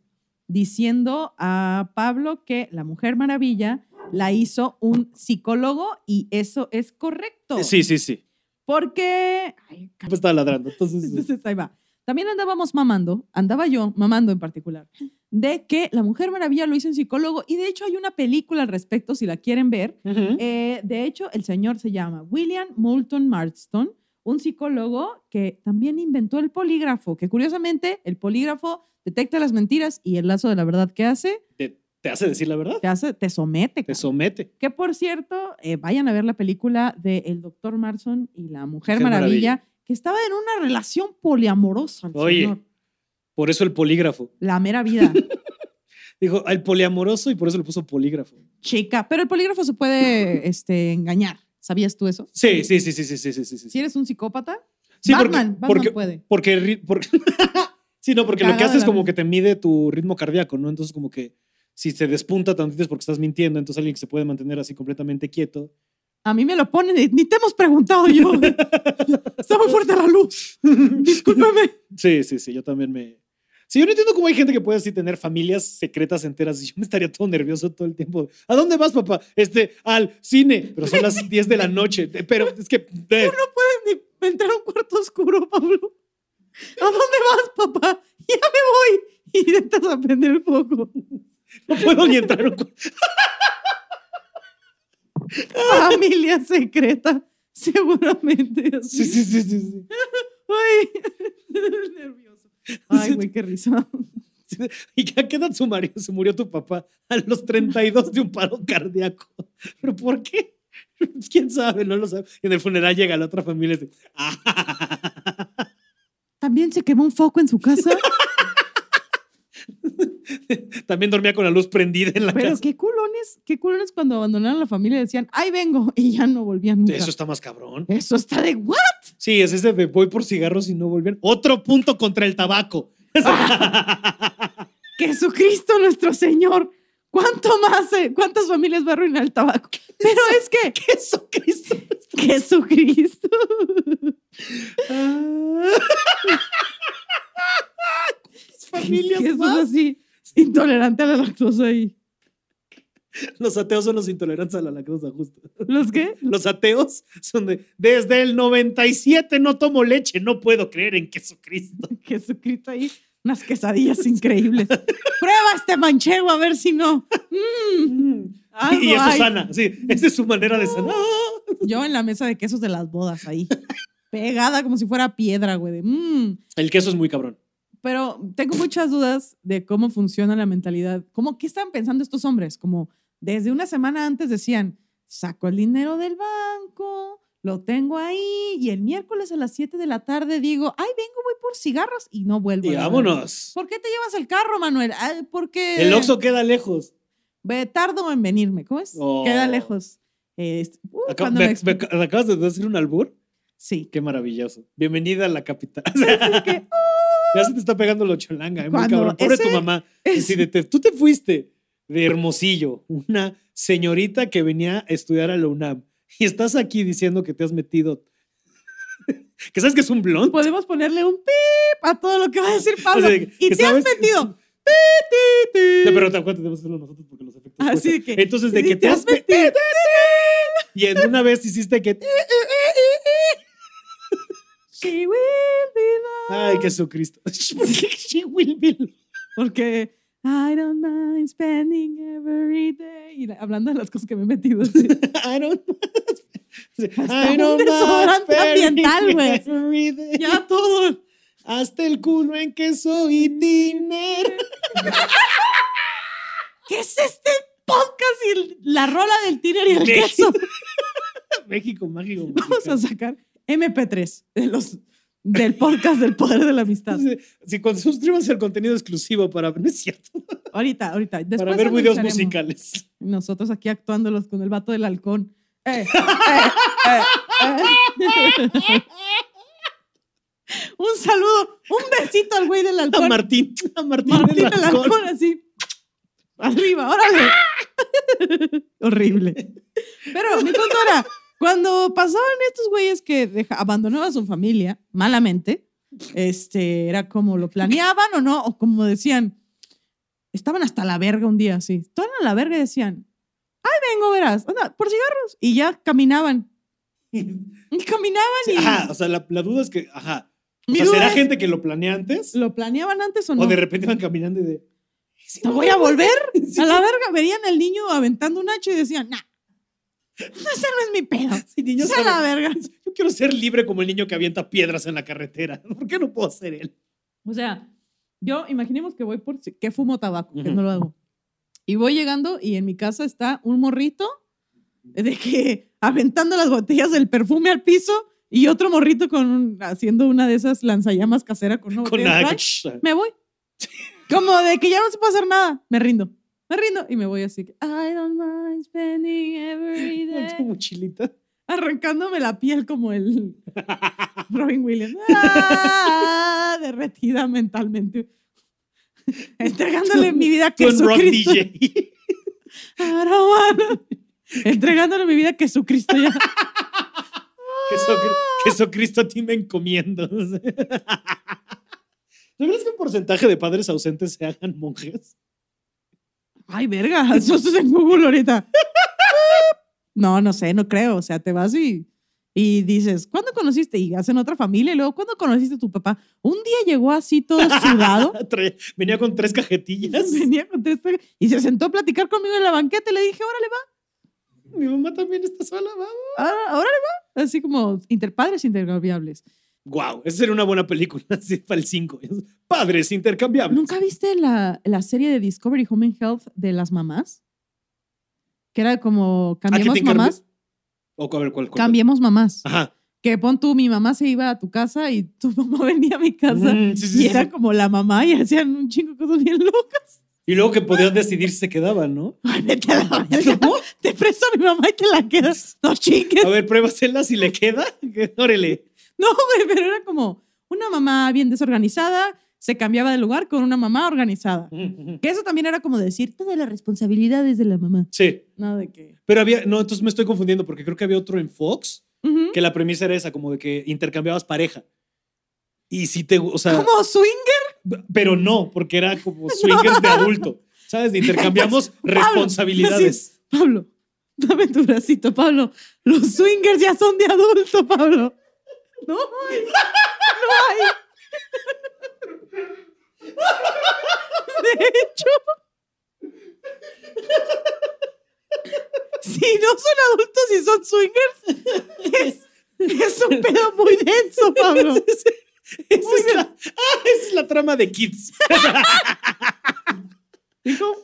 Speaker 1: diciendo a Pablo que la Mujer Maravilla la hizo un psicólogo y eso es correcto.
Speaker 2: Sí, sí, sí.
Speaker 1: Porque... Ay,
Speaker 2: Chalupa estaba ladrando. Entonces,
Speaker 1: Entonces ahí va. También andábamos mamando, andaba yo mamando en particular, de que La Mujer Maravilla lo hizo un psicólogo y de hecho hay una película al respecto si la quieren ver.
Speaker 2: ujú.
Speaker 1: Eh, de hecho, el señor se llama William Moulton Marston, un psicólogo que también inventó el polígrafo, que curiosamente el polígrafo detecta las mentiras y el lazo de la verdad que hace,
Speaker 2: te, te hace decir la verdad.
Speaker 1: te hace, te somete.
Speaker 2: Te
Speaker 1: cabrón.
Speaker 2: somete.
Speaker 1: Que por cierto, eh, vayan a ver la película de El Doctor Marson y la Mujer,
Speaker 2: Mujer
Speaker 1: Maravilla,
Speaker 2: Maravilla.
Speaker 1: que estaba en una relación poliamorosa. el
Speaker 2: Oye.
Speaker 1: señor.
Speaker 2: Por eso el polígrafo.
Speaker 1: La mera vida.
Speaker 2: Dijo, al poliamoroso y por eso le puso polígrafo.
Speaker 1: Chica. Pero el polígrafo se puede este, engañar. ¿Sabías tú eso?
Speaker 2: Sí, sí, sí, sí, sí, sí, sí, sí. sí.
Speaker 1: Si eres un psicópata,
Speaker 2: Sí, porque-
Speaker 1: Batman, Batman
Speaker 2: porque-
Speaker 1: puede.
Speaker 2: Porque, ri- porque- sí, no, porque lo que
Speaker 1: Cagado
Speaker 2: hace es
Speaker 1: la
Speaker 2: como
Speaker 1: risa.
Speaker 2: que te mide tu ritmo cardíaco, ¿no? Entonces como que si se despunta tantito es porque estás mintiendo, entonces alguien que se puede mantener así completamente quieto
Speaker 1: A mí me lo ponen, y ni te hemos preguntado yo. Está muy fuerte la luz. Discúlpame.
Speaker 2: Sí, sí, sí, yo también me... Sí, yo no entiendo cómo hay gente que puede así tener familias secretas enteras. Yo me estaría todo nervioso todo el tiempo. ¿A dónde vas, papá? Este, al cine. Pero son las 10 de la noche. Eh, Pero es que... eh,
Speaker 1: No puedes ni entrar a un cuarto oscuro, Pablo. ¿A dónde vas, papá? Ya me voy. Y intentas aprender el foco.
Speaker 2: no puedo ni entrar. a un cu-
Speaker 1: Familia secreta, seguramente. así.
Speaker 2: Sí, sí, sí, sí. sí.
Speaker 1: Ay, nervioso. Ay, güey, qué risa.
Speaker 2: ¿Y a qué edad su marido se murió tu papá? A los 32 de un paro cardíaco. ¿Pero por qué? ¿Quién sabe? No lo sabe. Y en el funeral llega la otra familia y dice, "Ah".
Speaker 1: También se quemó un foco en su casa.
Speaker 2: También dormía con la luz prendida en la
Speaker 1: Pero
Speaker 2: casa.
Speaker 1: qué culones, qué culones cuando abandonaron la familia decían, ahí vengo, y ya no volvían nunca.
Speaker 2: Eso está más cabrón.
Speaker 1: Eso está de what?
Speaker 2: Sí, es ese de voy por cigarros y no volvían. Otro punto contra el tabaco.
Speaker 1: Jesucristo nuestro Señor. ¿Cuánto más? eh? ¿Cuántas familias va a arruinar el tabaco? Pero es que
Speaker 2: Jesucristo.
Speaker 1: Jesucristo. Ah.
Speaker 2: Familias
Speaker 1: Jesús
Speaker 2: más.
Speaker 1: así, intolerante a la lactosa y
Speaker 2: Los ateos son los intolerantes a la lactosa, justo.
Speaker 1: ¿Los qué?
Speaker 2: Los ateos son de desde el 97 no tomo leche, no puedo creer en Jesucristo.
Speaker 1: Jesucristo ahí, unas quesadillas increíbles. Prueba este manchego a ver si no. Mm, algo
Speaker 2: y eso
Speaker 1: hay.
Speaker 2: sana, sí, esa es su manera de sanar.
Speaker 1: Yo en la mesa de quesos de las bodas ahí, pegada como si fuera piedra, güey. de, mm.
Speaker 2: El queso es muy cabrón.
Speaker 1: Pero tengo muchas dudas de cómo funciona la mentalidad. ¿Cómo, ¿Qué están pensando estos hombres? Como desde una semana antes decían, saco el dinero del banco, lo tengo ahí, y el miércoles a las 7 de la tarde digo, ay, vengo, voy por cigarros y no vuelvo. a
Speaker 2: Y
Speaker 1: la verga.
Speaker 2: vámonos.
Speaker 1: ¿Por qué te llevas el carro, Manuel? "Ah, porque...
Speaker 2: El Oxxo queda lejos.
Speaker 1: Ve, tardo en venirme, ¿cómo es?
Speaker 2: Oh.
Speaker 1: Queda lejos. Eh, es- uh,
Speaker 2: Acab-
Speaker 1: cuando
Speaker 2: me-
Speaker 1: me
Speaker 2: me
Speaker 1: expl-
Speaker 2: ac- ¿Acabas de hacer un albur?
Speaker 1: sí.
Speaker 2: Qué maravilloso. Bienvenida a la capital.
Speaker 1: Es que,
Speaker 2: Ya se te está pegando lo cholanga, ¿eh? muy
Speaker 1: Cuando
Speaker 2: cabrón. Pobre tu
Speaker 1: ese-
Speaker 2: mamá.
Speaker 1: es-
Speaker 2: Así de, te- tú te fuiste de Hermosillo, una señorita que venía a estudiar a la UNAM y estás aquí diciendo que te has metido. que sabes que es un blond.
Speaker 1: podemos ponerle un pip a todo lo que va a decir Pues, Pablo.
Speaker 2: O sea, que-
Speaker 1: y
Speaker 2: que
Speaker 1: te has
Speaker 2: sabes-
Speaker 1: metido.
Speaker 2: No, pero te acuerdas, tenemos que hacerlo nosotros porque los efectos.
Speaker 1: Así
Speaker 2: cuestan.
Speaker 1: de que-
Speaker 2: Entonces, de
Speaker 1: Ah, sí,
Speaker 2: que
Speaker 1: te
Speaker 2: te
Speaker 1: has
Speaker 2: has metido. Y en una vez hiciste que.
Speaker 1: She will be the-
Speaker 2: Ay, Jesucristo. ¿Por qué she will be loved?
Speaker 1: Porque I don't mind spending every day. Y la- hablando de las cosas que me he metido. sí.
Speaker 2: I don't
Speaker 1: Hasta un desodorante ambiental, güey.
Speaker 2: güey.
Speaker 1: ya todo.
Speaker 2: Hasta el culo en que soy dinero.
Speaker 1: ¿Qué es este podcast y el- la rola del tiner y el
Speaker 2: Sí.
Speaker 1: queso?
Speaker 2: México mágico.
Speaker 1: Vamos a
Speaker 2: musical.
Speaker 1: sacar MP3 de los, del podcast del poder de la amistad.
Speaker 2: Entonces, Si cuando suscríbanse al contenido exclusivo para. No es cierto.
Speaker 1: Ahorita, ahorita. Después
Speaker 2: para ver videos
Speaker 1: anunciaremos.
Speaker 2: musicales.
Speaker 1: Nosotros aquí actuándolos con el vato del halcón. Eh, eh, eh, eh. un saludo, un besito al güey del
Speaker 2: A
Speaker 1: halcón.
Speaker 2: Martín. A Martín,
Speaker 1: Martín
Speaker 2: del
Speaker 1: del
Speaker 2: Halcón.
Speaker 1: halcón, así. Arriba, órale. Horrible. Pero mi punto era, cuando pasaban estos güeyes que deja- abandonaban a su familia, malamente, este, era como lo planeaban o no, o como decían, estaban hasta la verga un día, así. Estaban a la verga y decían, ay, vengo, verás, anda, por cigarros. Y ya caminaban. Y caminaban y
Speaker 2: Ajá, o sea, la, la duda es que. Ajá. O
Speaker 1: Mi
Speaker 2: sea,
Speaker 1: duda
Speaker 2: ¿será
Speaker 1: es-
Speaker 2: gente que lo planea antes?
Speaker 1: lo planeaban antes o no.
Speaker 2: O de repente van caminando y de. "Sí,
Speaker 1: No
Speaker 2: no,
Speaker 1: voy a volver.
Speaker 2: Sí.
Speaker 1: A la verga, verían al niño aventando un hacha y decían, nah, ese no es mi pedo.
Speaker 2: sí, niño,
Speaker 1: Esa es la
Speaker 2: sabe".
Speaker 1: verga.
Speaker 2: Yo quiero ser libre como el niño que avienta piedras en la carretera. ¿Por qué no puedo ser él?
Speaker 1: O sea, yo imaginemos que voy por ci- que fumo tabaco, que
Speaker 2: Ujú.
Speaker 1: no lo hago. Y voy llegando y en mi casa está un morrito de que aventando las botellas del perfume al piso y otro morrito con un- haciendo una de esas lanzallamas casera con una
Speaker 2: Con
Speaker 1: botella de
Speaker 2: la...
Speaker 1: Sprite. me voy. Como de que ya no se puede hacer nada. Me rindo. Me rindo y me voy así. que, I don't mind spending every
Speaker 2: con tu
Speaker 1: day.
Speaker 2: mochilita.
Speaker 1: Arrancándome la piel como el Robin Williams. Ah, derretida mentalmente. Entregándole mi vida a
Speaker 2: Con rock
Speaker 1: Jesucristo.
Speaker 2: DJ.
Speaker 1: Ahora, bueno. entregándole mi vida a Jesucristo ya.
Speaker 2: Que so-
Speaker 1: ¡Ah!
Speaker 2: Jesucristo a ti me encomiendo. ¿No crees que un porcentaje de padres ausentes se hagan monjes?
Speaker 1: Ay, verga, eso es en Google ahorita. No, no sé, no creo. O sea, te vas y, y dices, ¿cuándo conociste? Y hacen otra familia. Y luego, ¿cuándo conociste a tu papá? Un día llegó así todo sudado.
Speaker 2: Trae- Venía con tres cajetillas.
Speaker 1: venía con tres- y se sentó a platicar conmigo en la banqueta y le dije, órale,
Speaker 2: Mi mamá también está sola, vamos.
Speaker 1: va, ah, órale, va. Así como interpadres intercambiables.
Speaker 2: Wow, esa sería una buena película así, para el 5. Padres intercambiables.
Speaker 1: ¿Nunca viste la, la serie de Discovery Home and Health de las mamás? Ah, Que era como,
Speaker 2: ¿A Ah, qué te
Speaker 1: cambiemos
Speaker 2: encargas?
Speaker 1: mamás,
Speaker 2: O, a ver, ¿cuál, cuál, cuál?
Speaker 1: cambiemos mamás.
Speaker 2: Ajá.
Speaker 1: que pon tú, mi mamá se iba a tu casa y tu mamá venía a mi casa.
Speaker 2: Mm, sí, sí, sí,
Speaker 1: Y
Speaker 2: sí.
Speaker 1: era como la mamá y hacían un chingo de cosas bien locas.
Speaker 2: Y luego que podías decidir si se quedaban, ¿no?
Speaker 1: Ay, vete a la verga.
Speaker 2: ¿Cómo?
Speaker 1: Te presto a mi mamá y te la quedas. No chingues.
Speaker 2: A ver, pruébasela si le queda. que- Órale.
Speaker 1: No, güey, pero era como una mamá bien desorganizada se cambiaba de lugar con una mamá organizada. Que eso también era como decir todas las responsabilidades de la mamá.
Speaker 2: Sí,
Speaker 1: Nada de que.
Speaker 2: pero había, no, entonces me estoy confundiendo porque creo que había otro en Fox
Speaker 1: Ujú.
Speaker 2: que la premisa era esa, como de que intercambiabas pareja. Y si te, o sea,
Speaker 1: Como swing.
Speaker 2: pero no, porque era como swingers de adulto, ¿sabes? De intercambiamos
Speaker 1: Pablo,
Speaker 2: responsabilidades.
Speaker 1: Pablo, dame tu bracito, Pablo. Los swingers ya son de adulto, Pablo. No hay. No hay. De hecho. Si no son adultos y son swingers, es, es un pedo muy denso, Pablo.
Speaker 2: Esa es, la, ah, esa es la trama de Kids.
Speaker 1: Dijo.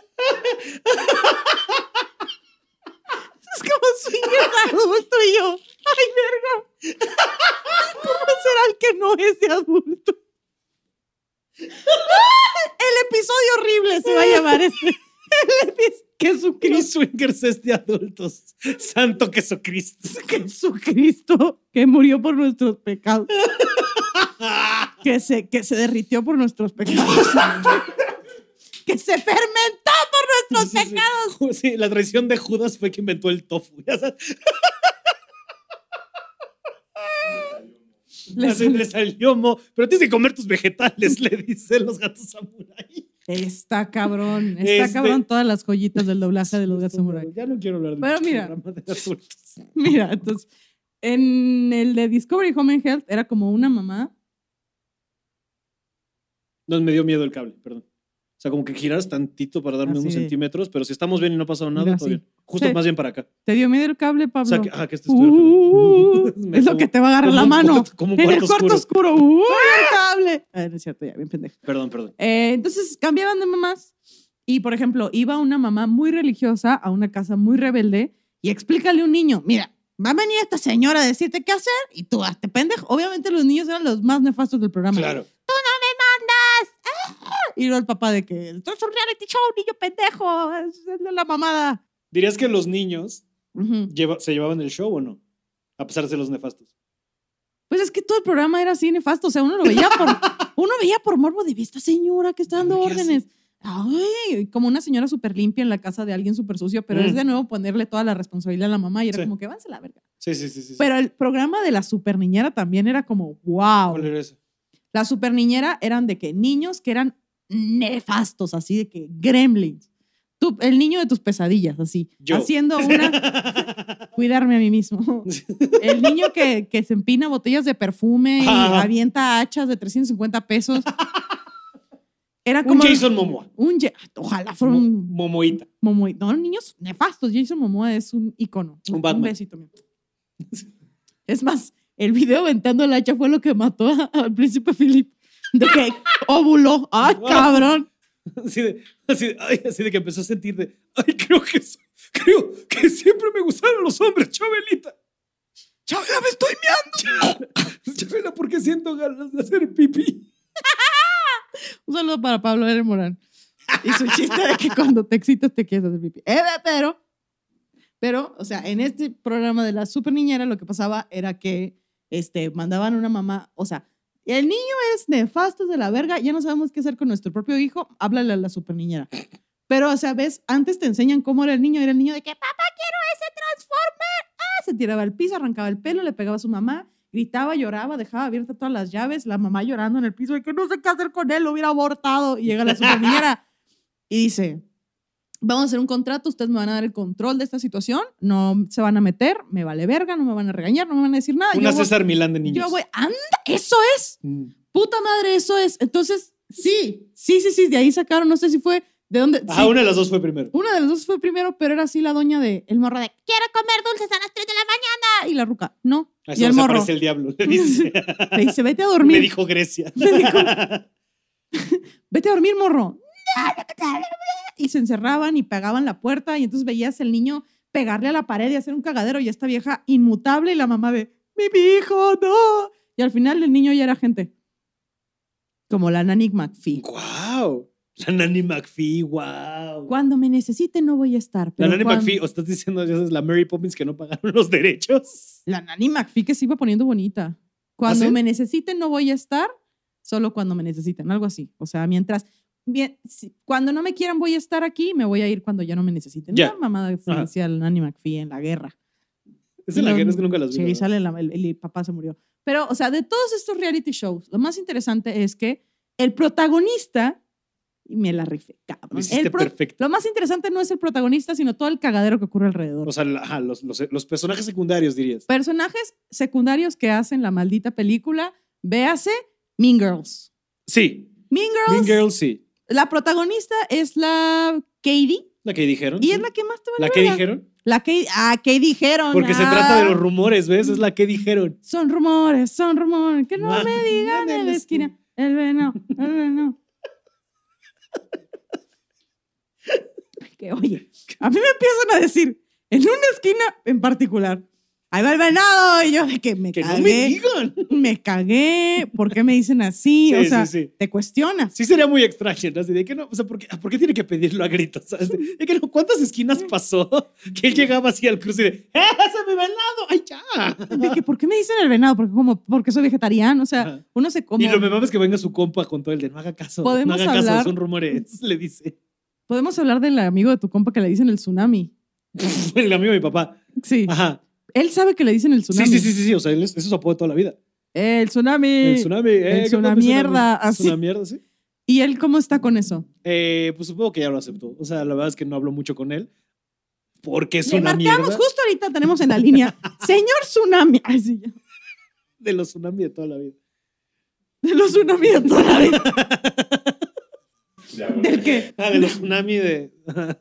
Speaker 1: Es como swingers adulto y yo. ¡Ay, verga! ¿Cómo será el que no es de adulto? El episodio horrible se va a llamar este. El epi-
Speaker 2: Los
Speaker 1: Jesucristo.
Speaker 2: swingers es de adultos. Santo Jesucristo.
Speaker 1: Jesucristo que murió por nuestros pecados. Que se, que se derritió por nuestros pecados. Que se fermentó por nuestros
Speaker 2: Sí, sí, sí.
Speaker 1: pecados.
Speaker 2: Sí, la traición de Judas fue que inventó el tofu. ya sabes.
Speaker 1: Le
Speaker 2: Le,
Speaker 1: salió-
Speaker 2: salió mo. Pero tienes que comer tus vegetales, le dicen los gatos samurai.
Speaker 1: Está cabrón, está
Speaker 2: Este-
Speaker 1: cabrón todas las joyitas del doblaje de los gatos samurai.
Speaker 2: Ya no quiero hablar de
Speaker 1: Bueno,
Speaker 2: este
Speaker 1: mira.
Speaker 2: programa de adultos.
Speaker 1: Mira, entonces, en el de Discovery Home and Health era como una mamá.
Speaker 2: Nos me dio miedo el cable, perdón. O sea, como que giras tantito para darme
Speaker 1: Así
Speaker 2: unos
Speaker 1: de-
Speaker 2: centímetros, pero si estamos bien y no ha pasado nada,
Speaker 1: Mira,
Speaker 2: todo
Speaker 1: sí.
Speaker 2: bien. Justo
Speaker 1: Sí.
Speaker 2: más bien para acá.
Speaker 1: Te dio miedo el cable,
Speaker 2: O sea,
Speaker 1: Pablo.
Speaker 2: que, ah, que este
Speaker 1: Uh,
Speaker 2: Me
Speaker 1: es lo
Speaker 2: como-
Speaker 1: que te va a agarrar
Speaker 2: como
Speaker 1: la
Speaker 2: un
Speaker 1: mano.
Speaker 2: cuarto- como un
Speaker 1: en el
Speaker 2: cuarto
Speaker 1: cuarto oscuro.
Speaker 2: oscuro.
Speaker 1: ¡Uy, el cable! Ah, no es cierto, ya, bien pendejo.
Speaker 2: Perdón, perdón.
Speaker 1: Eh, entonces, cambiaban de mamás. Y, por ejemplo, iba una mamá muy religiosa a una casa muy rebelde y explícale a un niño, mira, va a venir esta señora a decirte qué hacer y tú hazte pendejo. Obviamente los niños eran los más nefastos del programa.
Speaker 2: Claro.
Speaker 1: Y luego el papá de que, esto es un reality show, niño pendejo, es el de la mamada.
Speaker 2: ¿Dirías que los niños
Speaker 1: Ujú.
Speaker 2: lleva- se llevaban el show o no? A pesar de ser los nefastos.
Speaker 1: Pues es que todo el programa era así nefasto, o sea, uno lo veía por, uno veía por morbo de "Ve esta señora que está dando
Speaker 2: ¿Qué hace?
Speaker 1: órdenes. Ay, como una señora súper limpia en la casa de alguien súper sucio, pero es
Speaker 2: Mm.
Speaker 1: de nuevo ponerle toda la responsabilidad a la mamá y era
Speaker 2: Sí.
Speaker 1: como que váyanse a la verga.
Speaker 2: Sí, sí, sí. sí, sí.
Speaker 1: Pero el programa de la super niñera también era como, wow.
Speaker 2: ¿Cuál era ese?
Speaker 1: La super niñera eran de que niños que eran nefastos, así de que gremlins. Tú, el niño de tus pesadillas, así.
Speaker 2: Yo.
Speaker 1: Haciendo una... cuidarme a mí mismo. El niño que, que se empina botellas de perfume y
Speaker 2: Ajá.
Speaker 1: avienta hachas de 350 pesos. Era
Speaker 2: Un
Speaker 1: como.
Speaker 2: Jason Momoa.
Speaker 1: un Ja- Ojalá fuera
Speaker 2: Mo-
Speaker 1: un
Speaker 2: Momoita.
Speaker 1: Momoa. No, niños nefastos. Jason Momoa es un icono.
Speaker 2: Un Batman.
Speaker 1: besito. mío. Es más, el video aventando el hacha fue lo que mató a- al príncipe Philip. De que óvulo. ¡Ay,
Speaker 2: Wow.
Speaker 1: cabrón!
Speaker 2: Así de, así, de, ay, así de que empezó a sentir de, ay, creo que, so- creo que siempre me gustaron los hombres, Chabelita.
Speaker 1: Chabela, me estoy
Speaker 2: Chabela, porque siento ganas de hacer pipí.
Speaker 1: Un saludo para Pablo R. Morán. Y su chiste de que cuando te excitas te quieres hacer pipí. Eh, pero, pero, o sea, en este programa de la super niñera lo que pasaba era que este, mandaban una mamá, o sea, el niño es nefasto de la verga, ya no sabemos qué hacer con nuestro propio hijo, háblale a la super niñera. Pero, o sea, ves, antes te enseñan cómo era el niño, era el niño de que, papá, quiero ese Ah, tiraba al piso, arrancaba el pelo, le pegaba a su mamá, gritaba, lloraba, dejaba abiertas todas las llaves, la mamá llorando en el piso, de que no sé qué hacer con él, lo hubiera abortado. Y llega la superniñera y dice, vamos a hacer un contrato, ustedes me van a dar el control de esta situación, no se van a meter, me vale verga, no me van a regañar, no me van a decir nada.
Speaker 2: Una
Speaker 1: Ah, yo, voy,
Speaker 2: César Milán de niños.
Speaker 1: yo voy, anda, eso es.
Speaker 2: Mm.
Speaker 1: Puta madre, eso es. Entonces, sí, sí, sí, sí, de ahí sacaron, no sé si fue de dónde.
Speaker 2: Ajá,
Speaker 1: sí.
Speaker 2: Ah, una de las dos fue primero.
Speaker 1: Una de las dos fue primero, pero era así la doña de el morro de quiero comer dulces a las 3 de la mañana. Y la ruca, no.
Speaker 2: Ahí
Speaker 1: y
Speaker 2: se
Speaker 1: el
Speaker 2: nos
Speaker 1: morro
Speaker 2: aparece el diablo. Le dice.
Speaker 1: le dice, vete a
Speaker 2: Me
Speaker 1: dormir.
Speaker 2: dijo Grecia.
Speaker 1: Le dijo, vete a dormir, morro. Y se encerraban y pegaban la puerta y entonces veías el niño pegarle a la pared y hacer un cagadero y esta vieja inmutable y la mamá de, mi hijo, no. Y al final el niño ya era gente. Como la Nanny McPhee.
Speaker 2: ¡Wow! La Nanny McPhee, wow.
Speaker 1: Cuando me necesiten no voy a estar.
Speaker 2: La
Speaker 1: pero
Speaker 2: Nanny
Speaker 1: cuando-
Speaker 2: McPhee, o estás diciendo ya sabes, la Mary Poppins que no pagaron los derechos.
Speaker 1: La Nanny McPhee que se iba poniendo bonita. Cuando
Speaker 2: ¿Ah, sí?
Speaker 1: me necesiten no voy a estar, solo cuando me necesiten, algo así. O sea, mientras... Bien, si- cuando no me quieran voy a estar aquí, me voy a ir cuando ya no me necesiten.
Speaker 2: Ya.
Speaker 1: Una mamada que
Speaker 2: Ajá.
Speaker 1: decía la Nanny McPhee en la guerra.
Speaker 2: Es de la
Speaker 1: No,
Speaker 2: guerra, es que nunca las vi.
Speaker 1: Sí,
Speaker 2: ¿verdad?
Speaker 1: sale la- el, el papá se murió. Pero, o sea, de todos estos reality shows, lo más interesante es que el protagonista... Y me la rifé, cabrón.
Speaker 2: Lo
Speaker 1: El
Speaker 2: hiciste
Speaker 1: pro-
Speaker 2: perfecto.
Speaker 1: lo más interesante no es el protagonista, sino todo el cagadero que ocurre alrededor.
Speaker 2: O sea, la- ajá, los, los- los personajes secundarios, dirías.
Speaker 1: personajes secundarios que hacen la maldita película, véase Mean Girls.
Speaker 2: Sí.
Speaker 1: Mean Girls,
Speaker 2: Mean Girls, sí.
Speaker 1: la protagonista es la Katie
Speaker 2: La que dijeron.
Speaker 1: y
Speaker 2: sí.
Speaker 1: es la que más te vale
Speaker 2: La que
Speaker 1: verga.
Speaker 2: dijeron.
Speaker 1: La que ah, ¿qué dijeron?
Speaker 2: Porque se
Speaker 1: Ah,
Speaker 2: trata de los rumores, ¿ves? Es la que dijeron.
Speaker 1: Son rumores, son rumores, que no
Speaker 2: Ah,
Speaker 1: me digan en la esquina. El veneno, el veneno. que oye, a mí me empiezan a decir, en una esquina en particular, ahí va el venado. Y yo de que me
Speaker 2: Que no
Speaker 1: cagué.
Speaker 2: me digan.
Speaker 1: me cagué, ¿por qué me dicen así?
Speaker 2: Sí,
Speaker 1: o sea,
Speaker 2: sí, sí.
Speaker 1: te cuestionas.
Speaker 2: Sí sería muy extraño, ¿no? Así de que no, o sea, ¿por qué, por qué tiene que pedirlo a gritos? ¿Sabes? De que no, ¿cuántas esquinas pasó que él llegaba así al cruce y de, ¡eh, se me va el lado! ¡Ay, ya!
Speaker 1: De que, ¿por qué me dicen el venado? Porque como, porque soy vegetariano, o sea,
Speaker 2: Ajá.
Speaker 1: uno se como.
Speaker 2: Y lo me mames que venga su compa con todo el de, no haga caso,
Speaker 1: Podemos
Speaker 2: no haga
Speaker 1: hablar-
Speaker 2: caso, son rumores, le dice.
Speaker 1: Podemos hablar del amigo de tu compa que le dicen el tsunami.
Speaker 2: El amigo de mi papá.
Speaker 1: Sí,
Speaker 2: Ajá.
Speaker 1: él sabe que le dicen el
Speaker 2: Sí,
Speaker 1: tsunami.
Speaker 2: sí, sí, sí, sí, o sea, él es, ese es su apodo toda la vida.
Speaker 1: El tsunami.
Speaker 2: El tsunami. eh,
Speaker 1: es
Speaker 2: ¿qué
Speaker 1: una
Speaker 2: mames, tsunami?
Speaker 1: mierda,
Speaker 2: Es
Speaker 1: así.
Speaker 2: una mierda, sí.
Speaker 1: ¿Y él cómo está con eso?
Speaker 2: Eh, pues supongo que ya lo aceptó. O sea, la verdad es que no hablo mucho con él porque es
Speaker 1: Le
Speaker 2: una
Speaker 1: marcamos
Speaker 2: mierda
Speaker 1: justo ahorita, tenemos en la línea. Señor tsunami. Ay, sí, ya.
Speaker 2: de los tsunamis de toda la vida.
Speaker 1: De los tsunamis de toda la vida.
Speaker 3: Ya,
Speaker 1: Del que.
Speaker 2: Ah, de los tsunami de,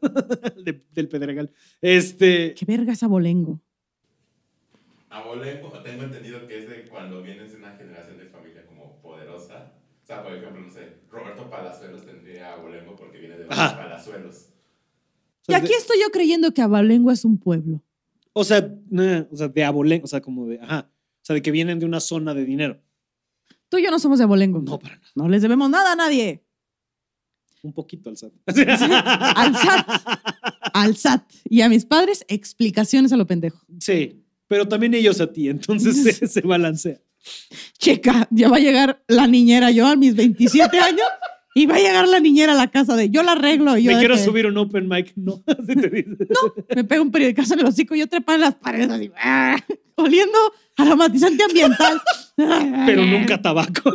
Speaker 2: de- del Pedregal. Este,
Speaker 1: ¿Qué verga es abolengo?
Speaker 3: Abolengo, tengo entendido que es de cuando vienes de una generación de familia como poderosa. O sea, por ejemplo, no sé, Roberto Palazuelos tendría abolengo porque viene de los
Speaker 2: Ajá.
Speaker 3: Palazuelos.
Speaker 2: o
Speaker 1: Y
Speaker 2: sea,
Speaker 1: aquí estoy yo creyendo que abolengo es un pueblo.
Speaker 2: o sea, nah, o sea, de abolengo, o sea, como de, ajá, o sea, de que vienen de una zona de dinero.
Speaker 1: Tú y yo no somos de abolengo.
Speaker 2: No, para nada,
Speaker 1: No les debemos nada a nadie.
Speaker 2: un poquito al SAT.
Speaker 1: al SAT. Al SAT. Y a mis padres, explicaciones a lo pendejo.
Speaker 2: Sí, pero también ellos a ti, entonces se, se balancea.
Speaker 1: Checa, ya va a llegar la niñera yo a mis 27 años y va a llegar la niñera a la casa de yo la arreglo. y Yo
Speaker 2: Me
Speaker 1: de
Speaker 2: quiero
Speaker 1: que
Speaker 2: subir un open mic, no, así te dice.
Speaker 1: Me pego un periodicazo en el hocico y yo trepa en las paredes así, ¡ah! oliendo aromatizante ambiental.
Speaker 2: pero nunca tabaco.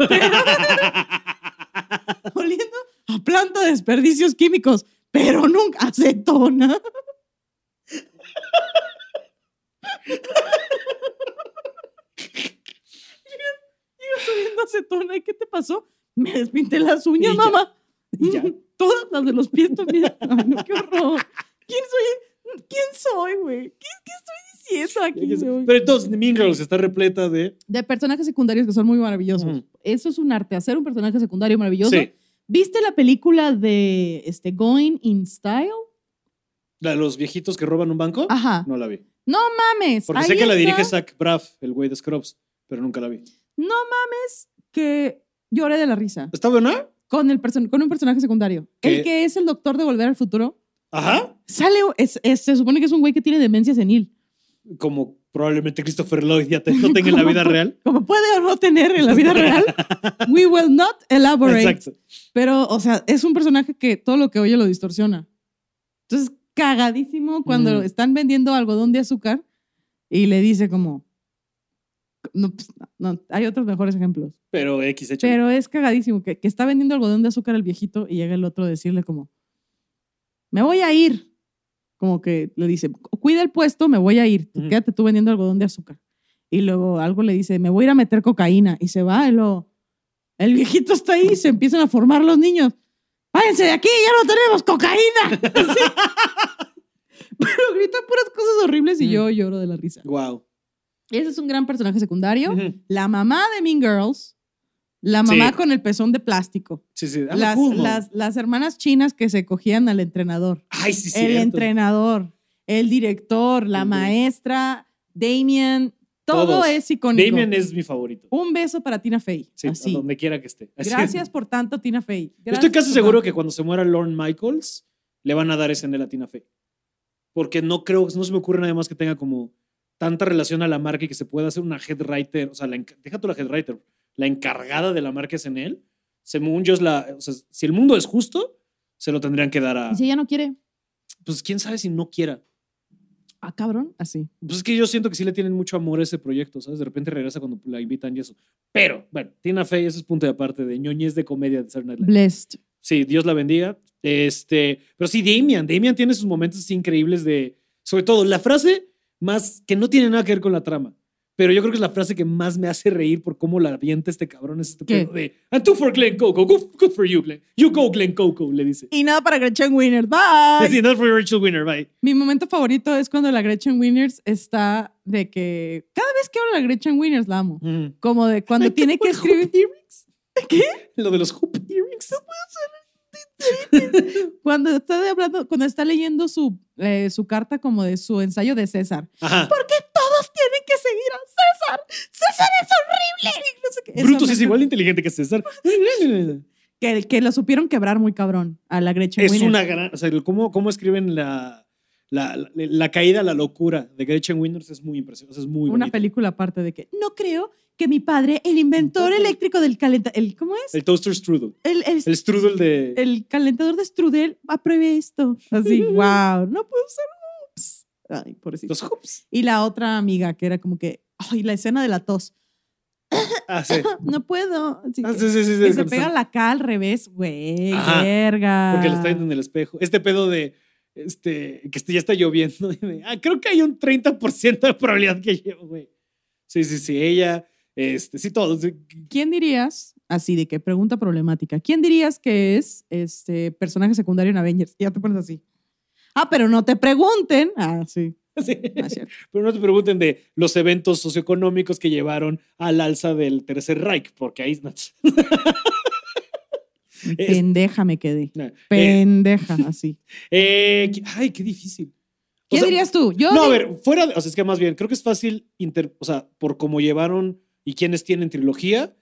Speaker 1: Oliendo a planta de desperdicios químicos, pero nunca acetona. Iba subiendo acetona, ¿y qué te pasó? Me despinté las uñas,
Speaker 2: Y ya.
Speaker 1: mamá.
Speaker 2: Y ya.
Speaker 1: Todas las de los pies también. Ay, no, qué horror. ¿Quién soy? ¿Quién soy, güey? ¿Qué, qué estoy diciendo aquí? güey?
Speaker 2: Pero entonces Mean Girls está repleta de...
Speaker 1: De personajes secundarios que son muy maravillosos.
Speaker 2: Ujú.
Speaker 1: Eso es un arte, hacer un personaje secundario maravilloso.
Speaker 2: Sí,
Speaker 1: ¿Viste la película de este, Going in Style?
Speaker 2: la de los viejitos que roban un banco,
Speaker 1: Ajá.
Speaker 2: no la vi.
Speaker 1: Mames.
Speaker 2: Porque
Speaker 1: ahí
Speaker 2: sé que la
Speaker 1: está
Speaker 2: dirige Zach Braff, el güey de Scrubs, pero nunca la vi.
Speaker 1: Que lloré de la risa.
Speaker 2: ¿Está buena?
Speaker 1: Con, el person- con un personaje secundario. El
Speaker 2: ¿Qué?
Speaker 1: que es el doctor de Volver al Futuro.
Speaker 2: Ajá.
Speaker 1: Sale, es- es- se supone que es un güey que tiene demencia senil.
Speaker 2: Como probablemente Christopher Lloyd ya te- no tenga en la vida real.
Speaker 1: Como puede o no tener en la vida real. We will not elaborate.
Speaker 2: Exacto.
Speaker 1: Pero, o sea, es un personaje que todo lo que oye lo distorsiona. Entonces, cagadísimo cuando
Speaker 2: Mm.
Speaker 1: están vendiendo algodón de azúcar Y le dice como, no, pues, no, hay otros mejores ejemplos.
Speaker 2: Pero X, hecho.
Speaker 1: Pero es cagadísimo que, que está vendiendo algodón de azúcar al viejito y llega el otro a decirle como, me voy a ir. Como que le dice, cuida el puesto, me voy a ir. Tú
Speaker 2: Ujú.
Speaker 1: Quédate tú vendiendo algodón de azúcar. Y luego algo le dice, me voy a ir a meter cocaína. Y se va y luego, el viejito está ahí y se empiezan a formar los niños. Váyanse de aquí, ya no tenemos cocaína. Así. Pero grita puras cosas horribles y
Speaker 2: Mm.
Speaker 1: yo lloro de la risa.
Speaker 2: Wow.
Speaker 1: Ese es un gran personaje secundario. La mamá de Mean Girls. La
Speaker 2: Sí.
Speaker 1: mamá con el pezón de plástico.
Speaker 2: Sí, sí. I'm a
Speaker 1: Las,
Speaker 2: cool mom.
Speaker 1: las, las hermanas chinas que se cogían al entrenador.
Speaker 2: Ay, sí,
Speaker 1: el
Speaker 2: cierto.
Speaker 1: entrenador, el director, la
Speaker 2: Ujú.
Speaker 1: maestra, Damien. Todo
Speaker 2: Todos.
Speaker 1: es icónico.
Speaker 2: Damien es mi favorito.
Speaker 1: Un beso para Tina Fey.
Speaker 2: Sí,
Speaker 1: Uh, así.
Speaker 2: a donde quiera que esté. Así es.
Speaker 1: Gracias por tanto, Tina Fey.
Speaker 2: Yo estoy
Speaker 1: Gracias
Speaker 2: casi
Speaker 1: por
Speaker 2: seguro
Speaker 1: tanto.
Speaker 2: que cuando se muera Lorne Michaels, le van a dar ese de Latina Fe. Porque no creo, no se me ocurre nada más que tenga como tanta relación a la marca y que se pueda hacer una head writer. O sea, la enc- deja tú la head writer, la encargada de la marca es en él. Según yo, es la, o sea, si el mundo es justo, se lo tendrían que dar a.
Speaker 1: ¿Y si ella no quiere?
Speaker 2: Pues quién sabe si no quiera.
Speaker 1: Ah, cabrón. Así.
Speaker 2: Pues es que yo siento que sí le tienen mucho amor a ese proyecto, ¿sabes? De repente regresa cuando pues, la invitan y eso. Pero, bueno, Tina Fey, ese es punto de aparte de ñoñez de comedia de Saturday Night Live.
Speaker 1: Mm. Blessed.
Speaker 2: Sí, Dios la bendiga. Este, pero sí, Damian. Damian tiene sus momentos así increíbles de. Sobre todo, la frase más. que no tiene nada que ver con la trama. Pero yo creo que es la frase que más me hace reír por cómo la avienta este cabrón. Es este
Speaker 1: ¿Qué?
Speaker 2: pedo de. And two for Glen Coco. Good, good for you, Glen. You go, Glen Coco, le dice.
Speaker 1: Y nada para Gretchen Winner. Bye.
Speaker 2: That's for Rachel Winner, bye.
Speaker 1: Mi momento favorito es cuando la Gretchen Winners está de que cada vez que hablo de la Gretchen Winners la amo.
Speaker 2: Mm.
Speaker 1: Como de cuando
Speaker 2: Ay,
Speaker 1: tiene
Speaker 2: ¿qué
Speaker 1: que
Speaker 2: fue, hoop
Speaker 1: escribir,
Speaker 2: earrings? Lo de los hoop earrings.
Speaker 1: cuando está de- hablando, cuando está leyendo su, eh, su carta como de su ensayo de César.
Speaker 2: Ajá.
Speaker 1: Porque todos tienen que seguir a César. César es horrible. Y no sé qué. Esa
Speaker 2: Brutus es
Speaker 1: frase-
Speaker 2: igual de inteligente que César.
Speaker 1: Que, que lo supieron quebrar muy cabrón a la Gretchen
Speaker 2: Es
Speaker 1: Wieners.
Speaker 2: una gran. O sea, el cómo, cómo escriben la, la, la, la caída, a la locura de Gretchen Winters es muy impresionante. Es muy
Speaker 1: Una
Speaker 2: bonito.
Speaker 1: película aparte de que no creo que mi padre, el inventor eléctrico del calentador, el, ¿cómo es?
Speaker 2: El Toaster Strudel.
Speaker 1: El, el-
Speaker 2: El Strudel de.
Speaker 1: el calentador de Strudel apruebe esto. Así, wow, no puedo usar ups. Ay, pobrecito.
Speaker 2: los hoops.
Speaker 1: Y la otra amiga que era como que, ay, la escena de la tos.
Speaker 2: Ah, sí.
Speaker 1: No puedo. Así
Speaker 2: Ah,
Speaker 1: que-
Speaker 2: sí, sí, sí, sí,
Speaker 1: que se
Speaker 2: cuando
Speaker 1: pega
Speaker 2: están-
Speaker 1: la K al revés, güey,
Speaker 2: Ajá,
Speaker 1: verga.
Speaker 2: Porque le está viendo en el espejo. Este pedo de. Este, que este- ya está lloviendo. y de, ah, creo que hay un 30% de probabilidad que llevo, güey. Sí, sí, sí. Ella. Este, sí, todo. sí.
Speaker 1: ¿Quién dirías, así de que pregunta problemática, quién dirías que es este personaje secundario en Avengers? Y Ya te pones así. Ah, pero no te pregunten. Ah, sí,
Speaker 2: Sí.
Speaker 1: no es cierto.
Speaker 2: Pero no te pregunten de los eventos socioeconómicos que llevaron al alza del Tercer Reich, porque ahí. Es-
Speaker 1: Pendeja me quedé.
Speaker 2: Eh,
Speaker 1: Pendeja, así.
Speaker 2: eh, qui- ay, qué difícil. O
Speaker 1: ¿Quién
Speaker 2: sea,
Speaker 1: dirías tú? Yo
Speaker 2: No, a
Speaker 1: di-
Speaker 2: ver, fuera de. O sea, es que más bien, creo que es fácil, inter- o sea, por cómo llevaron y quienes tienen trilogía,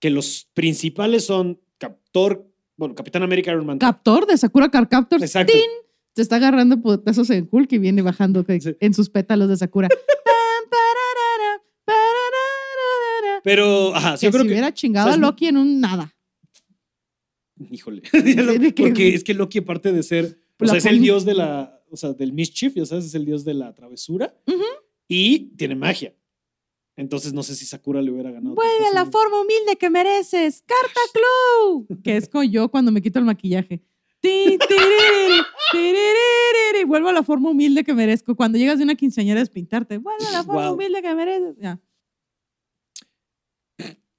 Speaker 2: que los principales son Captor, bueno, Capitán América, Iron Man.
Speaker 1: Captor de Sakura Car Captor.
Speaker 2: Exacto.
Speaker 1: ¡Tin! Se está agarrando putazos en Hulk y viene bajando que-
Speaker 2: Sí.
Speaker 1: en sus pétalos de Sakura. Pam, pararara, pararara.
Speaker 2: Pero, ajá,
Speaker 1: Que
Speaker 2: sí, yo creo
Speaker 1: si
Speaker 2: que.
Speaker 1: hubiera chingado
Speaker 2: o sea,
Speaker 1: a
Speaker 2: es-
Speaker 1: Loki en un nada.
Speaker 2: Híjole.
Speaker 1: de que-
Speaker 2: Porque es que Loki, aparte de ser. O
Speaker 1: La
Speaker 2: sea, es el
Speaker 1: poli-
Speaker 2: dios de la. O sea, del mischief, ya sabes, es el dios de la travesura.
Speaker 1: Ujú.
Speaker 2: Y tiene magia. Entonces, no sé si Sakura le hubiera ganado. tan
Speaker 1: Vuelve a la
Speaker 2: fácilmente.
Speaker 1: forma humilde que mereces. Carta Club. Que es con yo cuando me quito el maquillaje. Ti, tiriri, tiririri. Vuelvo a la forma humilde que merezco. Cuando llegas de una quinceañera a despintarte. Vuelve a la forma
Speaker 2: Wow.
Speaker 1: humilde que mereces. Ya.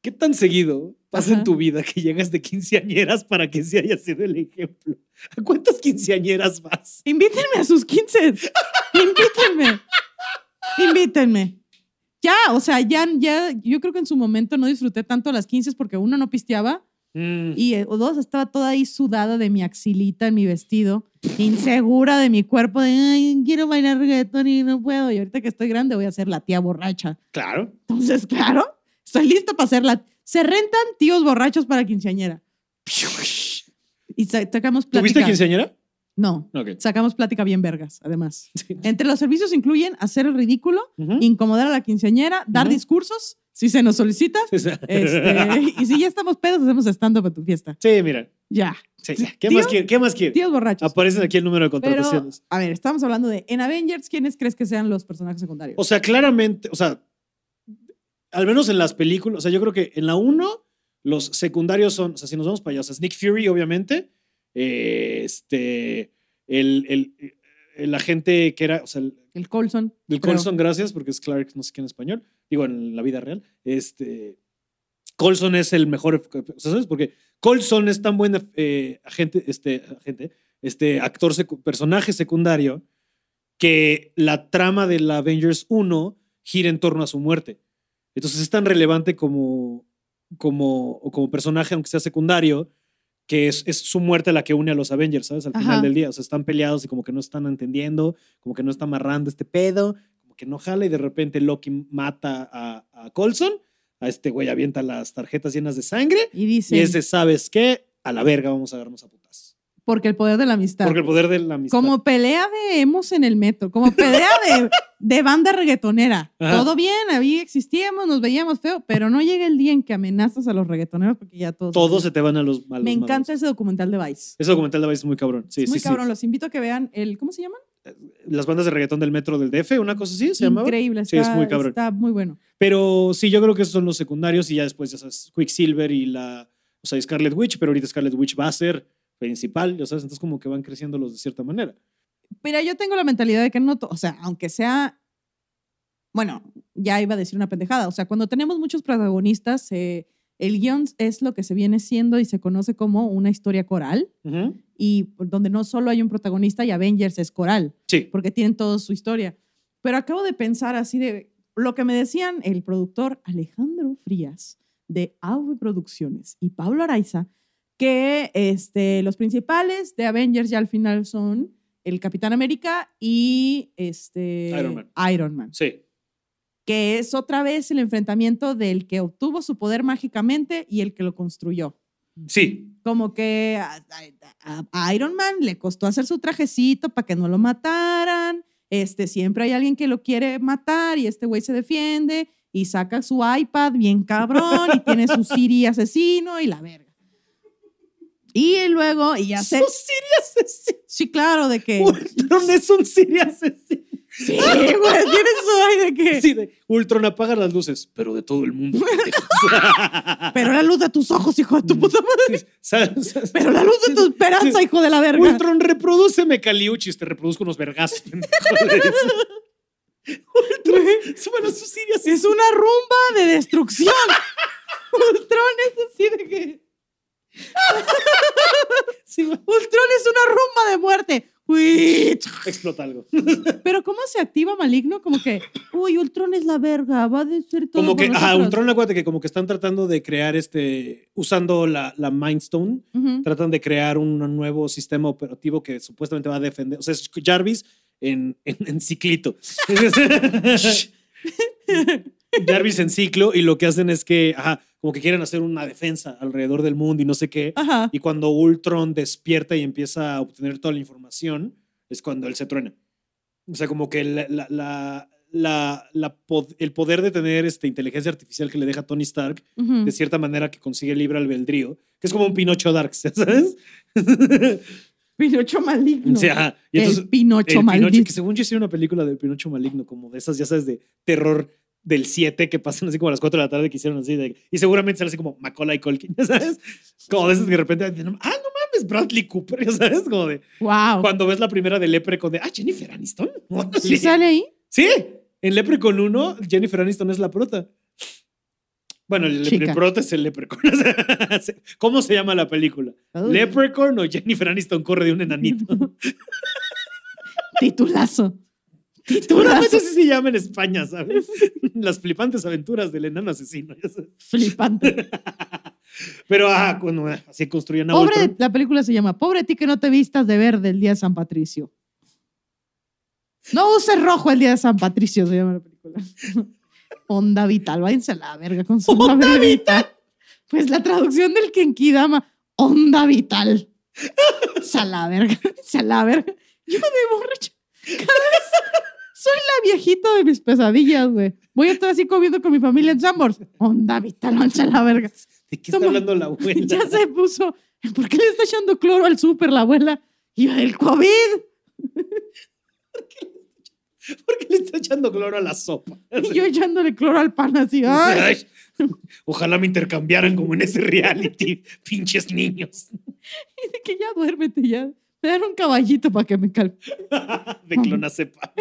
Speaker 2: ¿Qué tan seguido pasa en
Speaker 1: Ajá.
Speaker 2: tu vida que llegas de quinceañeras para que ese haya sido el ejemplo? ¿A cuántas quinceañeras vas?
Speaker 1: Invítenme a sus 15. Invítenme. Invítenme. Ya, o sea, ya, ya, yo creo que en su momento no disfruté tanto las 15 porque uno no pisteaba y eh, o dos estaba toda ahí sudada de mi axilita en mi vestido, insegura de mi cuerpo, de Ay, quiero bailar reggaetón y no puedo. Y ahorita que estoy grande voy a ser la tía borracha.
Speaker 2: claro.
Speaker 1: Entonces, claro, estoy lista para ser la. Se rentan tíos borrachos para quinceañera. Y sa- sacamos plática.
Speaker 2: ¿Tuviste quinceañera?
Speaker 1: No,
Speaker 2: Ok.
Speaker 1: sacamos plática bien vergas, además. Entre los servicios incluyen hacer el ridículo,
Speaker 2: Ujú.
Speaker 1: incomodar a la quinceañera, dar
Speaker 2: Ujú.
Speaker 1: discursos, Si se nos solicita.
Speaker 2: O sea,
Speaker 1: este, y si ya estamos pedos, hacemos stand-up en tu fiesta.
Speaker 2: Sí, mira.
Speaker 1: Ya.
Speaker 2: sí, ya. ¿Qué,
Speaker 1: Tío-
Speaker 2: más quiere? ¿Qué más quiere?
Speaker 1: Tíos borrachos.
Speaker 2: Aparecen aquí el número de
Speaker 1: Pero,
Speaker 2: Ah, contrataciones.
Speaker 1: a ver, estamos hablando de. En Avengers, ¿quiénes crees que sean los personajes secundarios?
Speaker 2: O sea, claramente, o sea, al menos en las películas, o sea, yo creo que en la 1 los secundarios son, o sea, si nos vamos para allá, o sea, es Nick Fury, obviamente, eh, este, el, el, el agente que era, o sea, el,
Speaker 1: el Colson.
Speaker 2: el
Speaker 1: creo.
Speaker 2: Colson, gracias, porque es Clark, no sé qué en español, digo, en la vida real, este, Colson es el mejor, o sea, ¿sabes? Porque Colson es tan buen eh, agente, este, agente, este actor, secu- personaje secundario, que la trama de la Avengers 1 gira en torno a su muerte. Entonces es tan relevante como, como, o como personaje, aunque sea secundario, que es, es su muerte la que une a los Avengers, ¿sabes? Al final
Speaker 1: Ajá.
Speaker 2: del día, o sea, están peleados y como que no están entendiendo, como que no está amarrando este pedo, como que no jala y de repente Loki mata a, a Colson, a este güey avienta las tarjetas llenas de sangre
Speaker 1: Y dice.
Speaker 2: y ese, ¿sabes qué? A la verga vamos a darnos a putazos.
Speaker 1: Porque el poder de la amistad.
Speaker 2: Porque el poder de la amistad.
Speaker 1: Como pelea de emos en el metro, como pelea de, de banda reggaetonera.
Speaker 2: Ajá.
Speaker 1: Todo bien, ahí existíamos, nos veíamos feo, pero no llega el día en que amenazas a los reggaetoneros porque ya todos.
Speaker 2: Todos se te van a los malos.
Speaker 1: Me encanta ese documental de Vice.
Speaker 2: Ese documental de Vice es muy cabrón. Sí,
Speaker 1: Es muy
Speaker 2: sí,
Speaker 1: cabrón, los invito a que vean el. ¿Cómo se llama?
Speaker 2: sí. Las bandas de reggaetón del metro del DF, una cosa así se llamaba.
Speaker 1: Increíble,
Speaker 2: Sí,
Speaker 1: está,
Speaker 2: es muy cabrón.
Speaker 1: está muy bueno.
Speaker 2: Pero sí, yo creo que esos son los secundarios y ya después, ya sabes, Quicksilver y la. O sea, Scarlet Witch, pero ahorita Scarlet Witch va a ser principal, ya sabes, entonces como que van creciéndolos de cierta manera.
Speaker 1: Mira, yo tengo la mentalidad de que no, to- o sea, aunque sea, bueno, ya iba a decir una pendejada, o sea, cuando tenemos muchos protagonistas, eh, el guión es lo que se viene siendo y se conoce como una historia coral,
Speaker 2: Ujú.
Speaker 1: y por- donde no solo hay un protagonista y Avengers es coral,
Speaker 2: Sí.
Speaker 1: porque tienen toda su historia. Pero acabo de pensar así de lo que me decían el productor Alejandro Frías de AV Producciones y Pablo Araiza, que este, los principales de Avengers ya al final son el Capitán América y este,
Speaker 2: Iron Man.
Speaker 1: Iron Man
Speaker 2: Sí.
Speaker 1: que es otra vez el enfrentamiento del que obtuvo su poder mágicamente y el que lo construyó.
Speaker 2: Sí.
Speaker 1: Como que a, a- a Iron Man le costó hacer su trajecito para que no lo mataran. Este, siempre hay alguien que lo quiere matar y este güey se defiende y saca su iPad bien cabrón y tiene su Siri asesino y la verga. Y luego, y ya sé.
Speaker 2: Su Siri asesino.
Speaker 1: Sí, claro, de que.
Speaker 2: Ultron es un Siri asesino.
Speaker 1: Sí, güey, tiene su aire de que.
Speaker 2: Sí, de Ultron apaga las luces, pero de todo el mundo.
Speaker 1: Pero la luz de tus ojos, hijo
Speaker 2: Mm.
Speaker 1: de tu puta madre.
Speaker 2: ¿Sabes? ¿Sabes?
Speaker 1: Pero la luz de tu esperanza, hijo de la verga.
Speaker 2: Ultron, reproduceme caliuchis, te reproduzco unos vergazos. Ultron, bueno, su Siri asesino.
Speaker 1: Es una rumba de destrucción. Ultron es así de que. Sí, Ultron es una rumba de muerte. Uy,
Speaker 2: Explota algo.
Speaker 1: Pero ¿cómo se activa maligno? Como que, uy, Ultron es la verga, va a destruir todo.
Speaker 2: Como
Speaker 1: por
Speaker 2: que, ah,
Speaker 1: nosotros.
Speaker 2: Ultron, acuérdate que como que están tratando de crear este, usando la, la Mind Stone,
Speaker 1: Ujú.
Speaker 2: tratan de crear un nuevo sistema operativo que supuestamente va a defender, o sea, es Jarvis en, en, en ciclito. Jarvis en ciclo y lo que hacen es que, ajá, como que quieren hacer una defensa alrededor del mundo y no sé qué.
Speaker 1: Ajá.
Speaker 2: Y cuando Ultron despierta y empieza a obtener toda la información, es cuando él se truena. O sea, como que la- la- la- la- la pod- el poder de tener esta inteligencia artificial que le deja Tony Stark,
Speaker 1: Ujú.
Speaker 2: de cierta manera que consigue libre albedrío, que es como un Pinocho Dark, ¿sabes?
Speaker 1: Pinocho maligno.
Speaker 2: O sea, y entonces,
Speaker 1: el Pinocho
Speaker 2: el
Speaker 1: maligno.
Speaker 2: Pinocho, que según yo hicieron una película del Pinocho maligno, como de esas, ya sabes, de terror del 7 que pasan así como a las 4 de la tarde que hicieron así. de- y seguramente sale así como Macaulay Culkin, ya sabes. Como de esas que de repente, ah, no mames, Bradley Cooper, ya sabes, como de
Speaker 1: Wow.
Speaker 2: cuando ves la primera de Leprechaun de, ah, Jennifer Aniston. Órale.
Speaker 1: ¿Sí sale ahí?
Speaker 2: Sí, en Leprechaun 1, Jennifer Aniston es la prota. Bueno, el, lepre-
Speaker 1: Chica.
Speaker 2: prota es el Leprechaun. ¿Cómo se llama la película?
Speaker 1: Uy,
Speaker 2: ¿Leprechaun o Jennifer Aniston corre de un enanito?
Speaker 1: Titulazo.
Speaker 2: Seguramente
Speaker 1: Titulazo.
Speaker 2: así se llama en España, ¿sabes? Las flipantes aventuras del enano asesino. ya sabes.
Speaker 1: Flipante.
Speaker 2: Pero ah, cuando ah, así construían a
Speaker 1: Pobre,
Speaker 2: Ultron.
Speaker 1: la película se llama Pobre ti que no te vistas de verde el día de San Patricio. No uses rojo el día de San Patricio, se llama la película. Onda Vital, váyanse a la verga con su Onda Vital. Pues la traducción del Kenkidama, Onda Vital. Se a la verga, se a la verga. Yo de borracho. Cada vez Soy la viejita de mis pesadillas, güey. Voy a estar así comiendo con mi familia en Sambors. Onda, Vita, loncha la verga.
Speaker 2: ¿De qué está
Speaker 1: Toma.
Speaker 2: hablando la abuela?
Speaker 1: Ya se puso. ¿Por qué le está echando cloro al súper la abuela? Y yo, el COVID.
Speaker 2: ¿Por qué le está echando cloro a la sopa?
Speaker 1: Y yo echándole cloro al pan así. Ay.
Speaker 2: Ay, ojalá me intercambiaran como en ese reality, pinches niños.
Speaker 1: Y de que ya duérmete, ya. Me dan un caballito para que me calme.
Speaker 2: De clonacepa.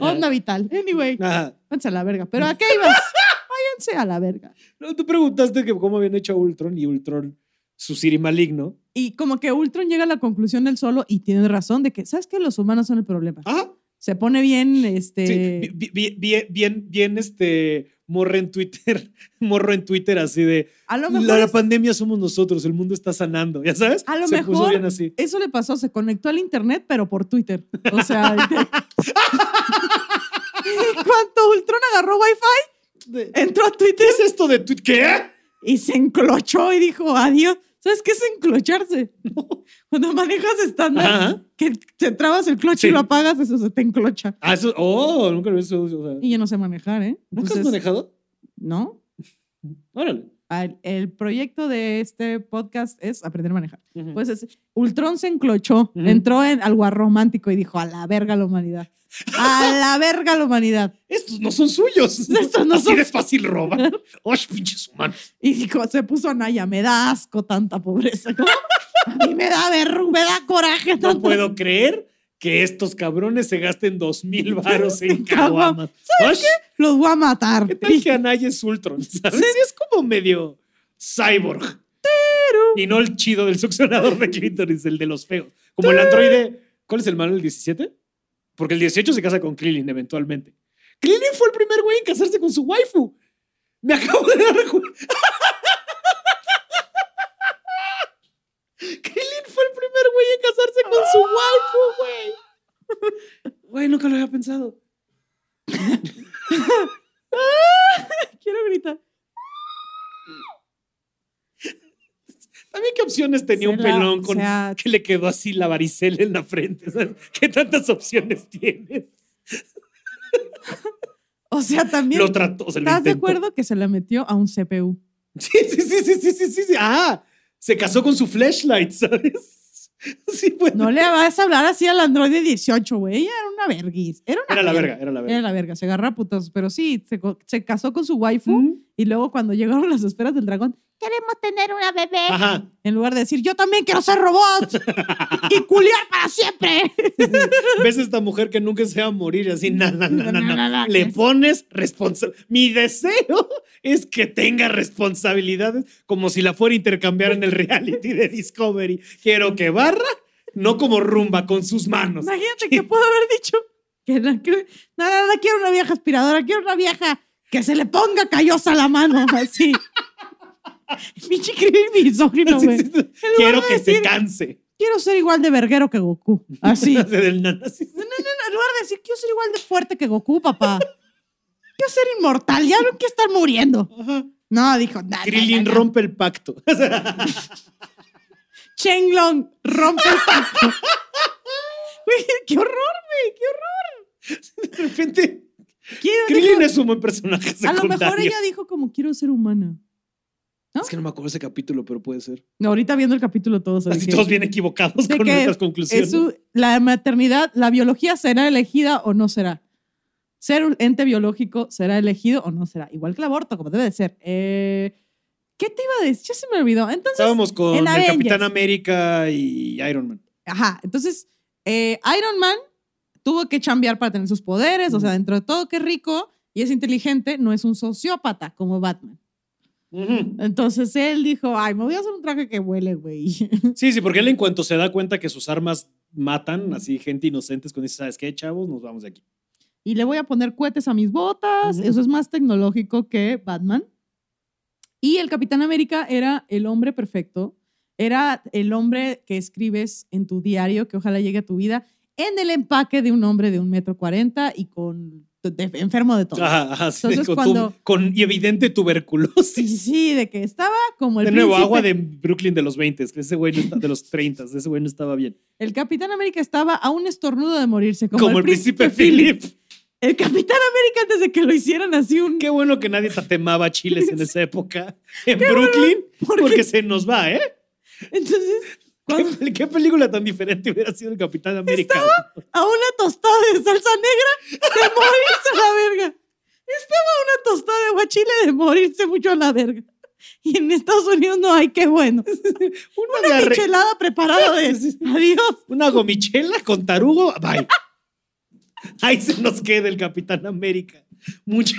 Speaker 1: Onda vital. Anyway,
Speaker 2: Ajá.
Speaker 1: váyanse a la verga. Pero ¿a qué ibas? Váyanse a la verga.
Speaker 2: No, tú preguntaste que cómo habían hecho a Ultron y Ultron, su Siri maligno.
Speaker 1: Y como que Ultron llega a la conclusión él solo y tiene razón de que, ¿sabes qué? Los humanos son el problema.
Speaker 2: Ah,
Speaker 1: Se pone bien, este...
Speaker 2: sí, bi- bi- bi- bien, bien, este, morro en Twitter, morro en Twitter así de,
Speaker 1: a lo mejor
Speaker 2: la,
Speaker 1: es-
Speaker 2: pandemia somos nosotros, el mundo está sanando, ¿ya sabes?
Speaker 1: A lo
Speaker 2: Se puso
Speaker 1: mejor-
Speaker 2: bien así.
Speaker 1: eso le pasó, se conectó al internet, pero por Twitter. O sea... de- En cuanto Ultron agarró Wi-Fi,
Speaker 2: De-
Speaker 1: entró a
Speaker 2: ¿Qué
Speaker 1: Twitter
Speaker 2: es esto de Twitter? ¿Qué?
Speaker 1: y se enclochó y dijo, adiós. ¿Sabes qué es enclocharse? Cuando manejas estándar,
Speaker 2: Ajá.
Speaker 1: que te trabas el cloche y
Speaker 2: Sí.
Speaker 1: lo apagas, eso se te enclocha.
Speaker 2: Ah, eso, oh, nunca lo he visto. o sea,
Speaker 1: Y yo no sé manejar, ¿eh?
Speaker 2: ¿Nunca has
Speaker 1: Entonces,
Speaker 2: manejado?
Speaker 1: No.
Speaker 2: Órale.
Speaker 1: Al- El proyecto de este podcast es aprender a manejar.
Speaker 2: Ujú.
Speaker 1: Pues es, Ultron se enclochó,
Speaker 2: Ujú.
Speaker 1: entró en algo romántico y dijo, a la verga la humanidad. A la verga la humanidad.
Speaker 2: Estos no son suyos.
Speaker 1: Estos no
Speaker 2: Así
Speaker 1: son-
Speaker 2: de fácil robar. ¡Ay, pinches humanos!
Speaker 1: Y dijo, se puso a Naya, me da asco tanta pobreza. ¿no? A mí me da verru, me da coraje.
Speaker 2: No
Speaker 1: tanta-
Speaker 2: puedo creer que estos cabrones se gasten dos mil varos en
Speaker 1: En caguamas.
Speaker 2: caguamas. ¿Sabes
Speaker 1: Los voy a matar.
Speaker 2: qué? tal que Anaya es Ultron? ¿Sabes? Sí, es como medio cyborg. Y no el chido del succionador de clítoris, el de los feos. Como el androide. ¿Cuál es el malo del 17? Porque el 18 se casa con Krillin eventualmente. Krillin fue el primer güey en casarse con su waifu. Me acabo de dar cuenta. Krillin fue el primer güey en casarse con su waifu, güey. Güey, nunca lo había pensado.
Speaker 1: Quiero gritar.
Speaker 2: También qué opciones tenía un
Speaker 1: Se la-
Speaker 2: pelón con
Speaker 1: o sea,
Speaker 2: que le quedó así la varicela en la frente. ¿sabes? ¿Qué tantas opciones tienes?
Speaker 1: o sea, también.
Speaker 2: Lo trató, se lo
Speaker 1: ¿Estás de
Speaker 2: intentó.
Speaker 1: acuerdo que se la metió a un CPU?
Speaker 2: Sí, sí, sí, sí, sí, sí, sí, sí. Ah, se casó con su flashlight, ¿sabes? Sí, bueno.
Speaker 1: No le vas a hablar así al androide 18, güey. Ella era una verguis. Era una
Speaker 2: Era la
Speaker 1: verga.
Speaker 2: verga, era la verga.
Speaker 1: Era la verga, se agarra a putos. Pero sí, se, co- se casó con su waifu
Speaker 2: Mm.
Speaker 1: y luego cuando llegaron las esferas del dragón, queremos tener una bebé.
Speaker 2: Ajá.
Speaker 1: En lugar de decir, yo también quiero ser robot y culiar para siempre.
Speaker 2: ¿Ves a esta mujer que nunca se va a morir así? No, no, no, no,
Speaker 1: No,
Speaker 2: no.
Speaker 1: no, no,
Speaker 2: Le
Speaker 1: es-
Speaker 2: pones responsabilidad. Mi deseo es que tenga responsabilidades como si la fuera a intercambiar en el reality de Discovery. Quiero que barra, no como rumba, con sus manos.
Speaker 1: Imagínate que puedo haber dicho que no, que- no, no, no quiero una vieja aspiradora, quiero una vieja que se le ponga callosa la mano, así. Pinche crimen misógino,
Speaker 2: Sí,
Speaker 1: güey.
Speaker 2: sí, sí. Quiero
Speaker 1: de
Speaker 2: que se
Speaker 1: decir- Ah,
Speaker 2: canse.
Speaker 1: Quiero ser igual de verguero que Goku. Así.
Speaker 2: Así del nana, así.
Speaker 1: en lugar de decir, quiero ser igual de fuerte que Goku, papá. Quiero ser inmortal, ya no quiero estar muriendo.
Speaker 2: Ajá.
Speaker 1: No, dijo, nada.
Speaker 2: Krillin rompe el pacto.
Speaker 1: Chenglong rompe el pacto. Güey, qué horror, güey, qué horror.
Speaker 2: De repente,
Speaker 1: Quiero-
Speaker 2: Krillin es un buen personaje
Speaker 1: a
Speaker 2: secundario.
Speaker 1: lo mejor ella dijo como quiero ser humana. ¿no?
Speaker 2: Es que no me acuerdo ese capítulo, pero puede ser.
Speaker 1: No, ahorita viendo el capítulo todos.
Speaker 2: Así
Speaker 1: dije,
Speaker 2: todos bien equivocados
Speaker 1: de
Speaker 2: con
Speaker 1: que
Speaker 2: nuestras
Speaker 1: es
Speaker 2: conclusiones.
Speaker 1: su- la maternidad, la biología será elegida o no será. Ser un ente biológico será elegido o no será. Igual que el aborto, como debe de ser. Eh, ¿Qué te iba a decir? Ya se me olvidó. Entonces,
Speaker 2: Estábamos con
Speaker 1: en
Speaker 2: el
Speaker 1: Avengers.
Speaker 2: Capitán América y Iron Man.
Speaker 1: Ajá, entonces eh, Iron Man tuvo que chambear para tener sus poderes, o sea,
Speaker 2: Ujú.
Speaker 1: dentro de todo que rico y es inteligente, no es un sociópata como Batman.
Speaker 2: Ujú.
Speaker 1: Entonces él dijo, ay, me voy a hacer un traje que huele, güey.
Speaker 2: Sí, sí, porque él en cuanto se da cuenta que sus armas matan así gente inocente, es cuando dice, ¿sabes qué, chavos? Nos vamos de aquí.
Speaker 1: Y le voy a poner cohetes a mis botas,
Speaker 2: Ujú.
Speaker 1: eso es más tecnológico que Batman. Y el Capitán América era el hombre perfecto, era el hombre que escribes en tu diario, que ojalá llegue a tu vida, en el empaque de un hombre de un metro cuarenta y con de- enfermo de todo.
Speaker 2: Ajá, ajá, sí,
Speaker 1: Entonces,
Speaker 2: con, tu-
Speaker 1: cuando-
Speaker 2: con evidente tuberculosis.
Speaker 1: Sí, sí, de que estaba como el
Speaker 2: De nuevo,
Speaker 1: príncipe.
Speaker 2: agua de Brooklyn de los 20, que ese güey no está, de los 30, ese güey no estaba bien.
Speaker 1: El Capitán América estaba a un estornudo de morirse, como,
Speaker 2: Como, el príncipe, Philip.
Speaker 1: El Capitán América antes de que lo hicieran así un...
Speaker 2: Qué bueno que nadie tatemaba chiles en esa época en Brooklyn,
Speaker 1: porque-
Speaker 2: porque se nos va, ¿eh?
Speaker 1: Entonces,
Speaker 2: ¿Qué,
Speaker 1: cuando-
Speaker 2: qué película tan diferente hubiera sido el Capitán América? güey?
Speaker 1: a una tostada de salsa negra de morirse a la verga. Estaba a una tostada de aguachile de morirse mucho a la verga. Y en Estados Unidos no hay, qué bueno.
Speaker 2: Una,
Speaker 1: Una
Speaker 2: diarre-
Speaker 1: michelada preparada de
Speaker 2: Sí, sí, sí.
Speaker 1: adiós.
Speaker 2: una gomichela con tarugo, bye. Ahí se nos queda el Capitán América. Mucha.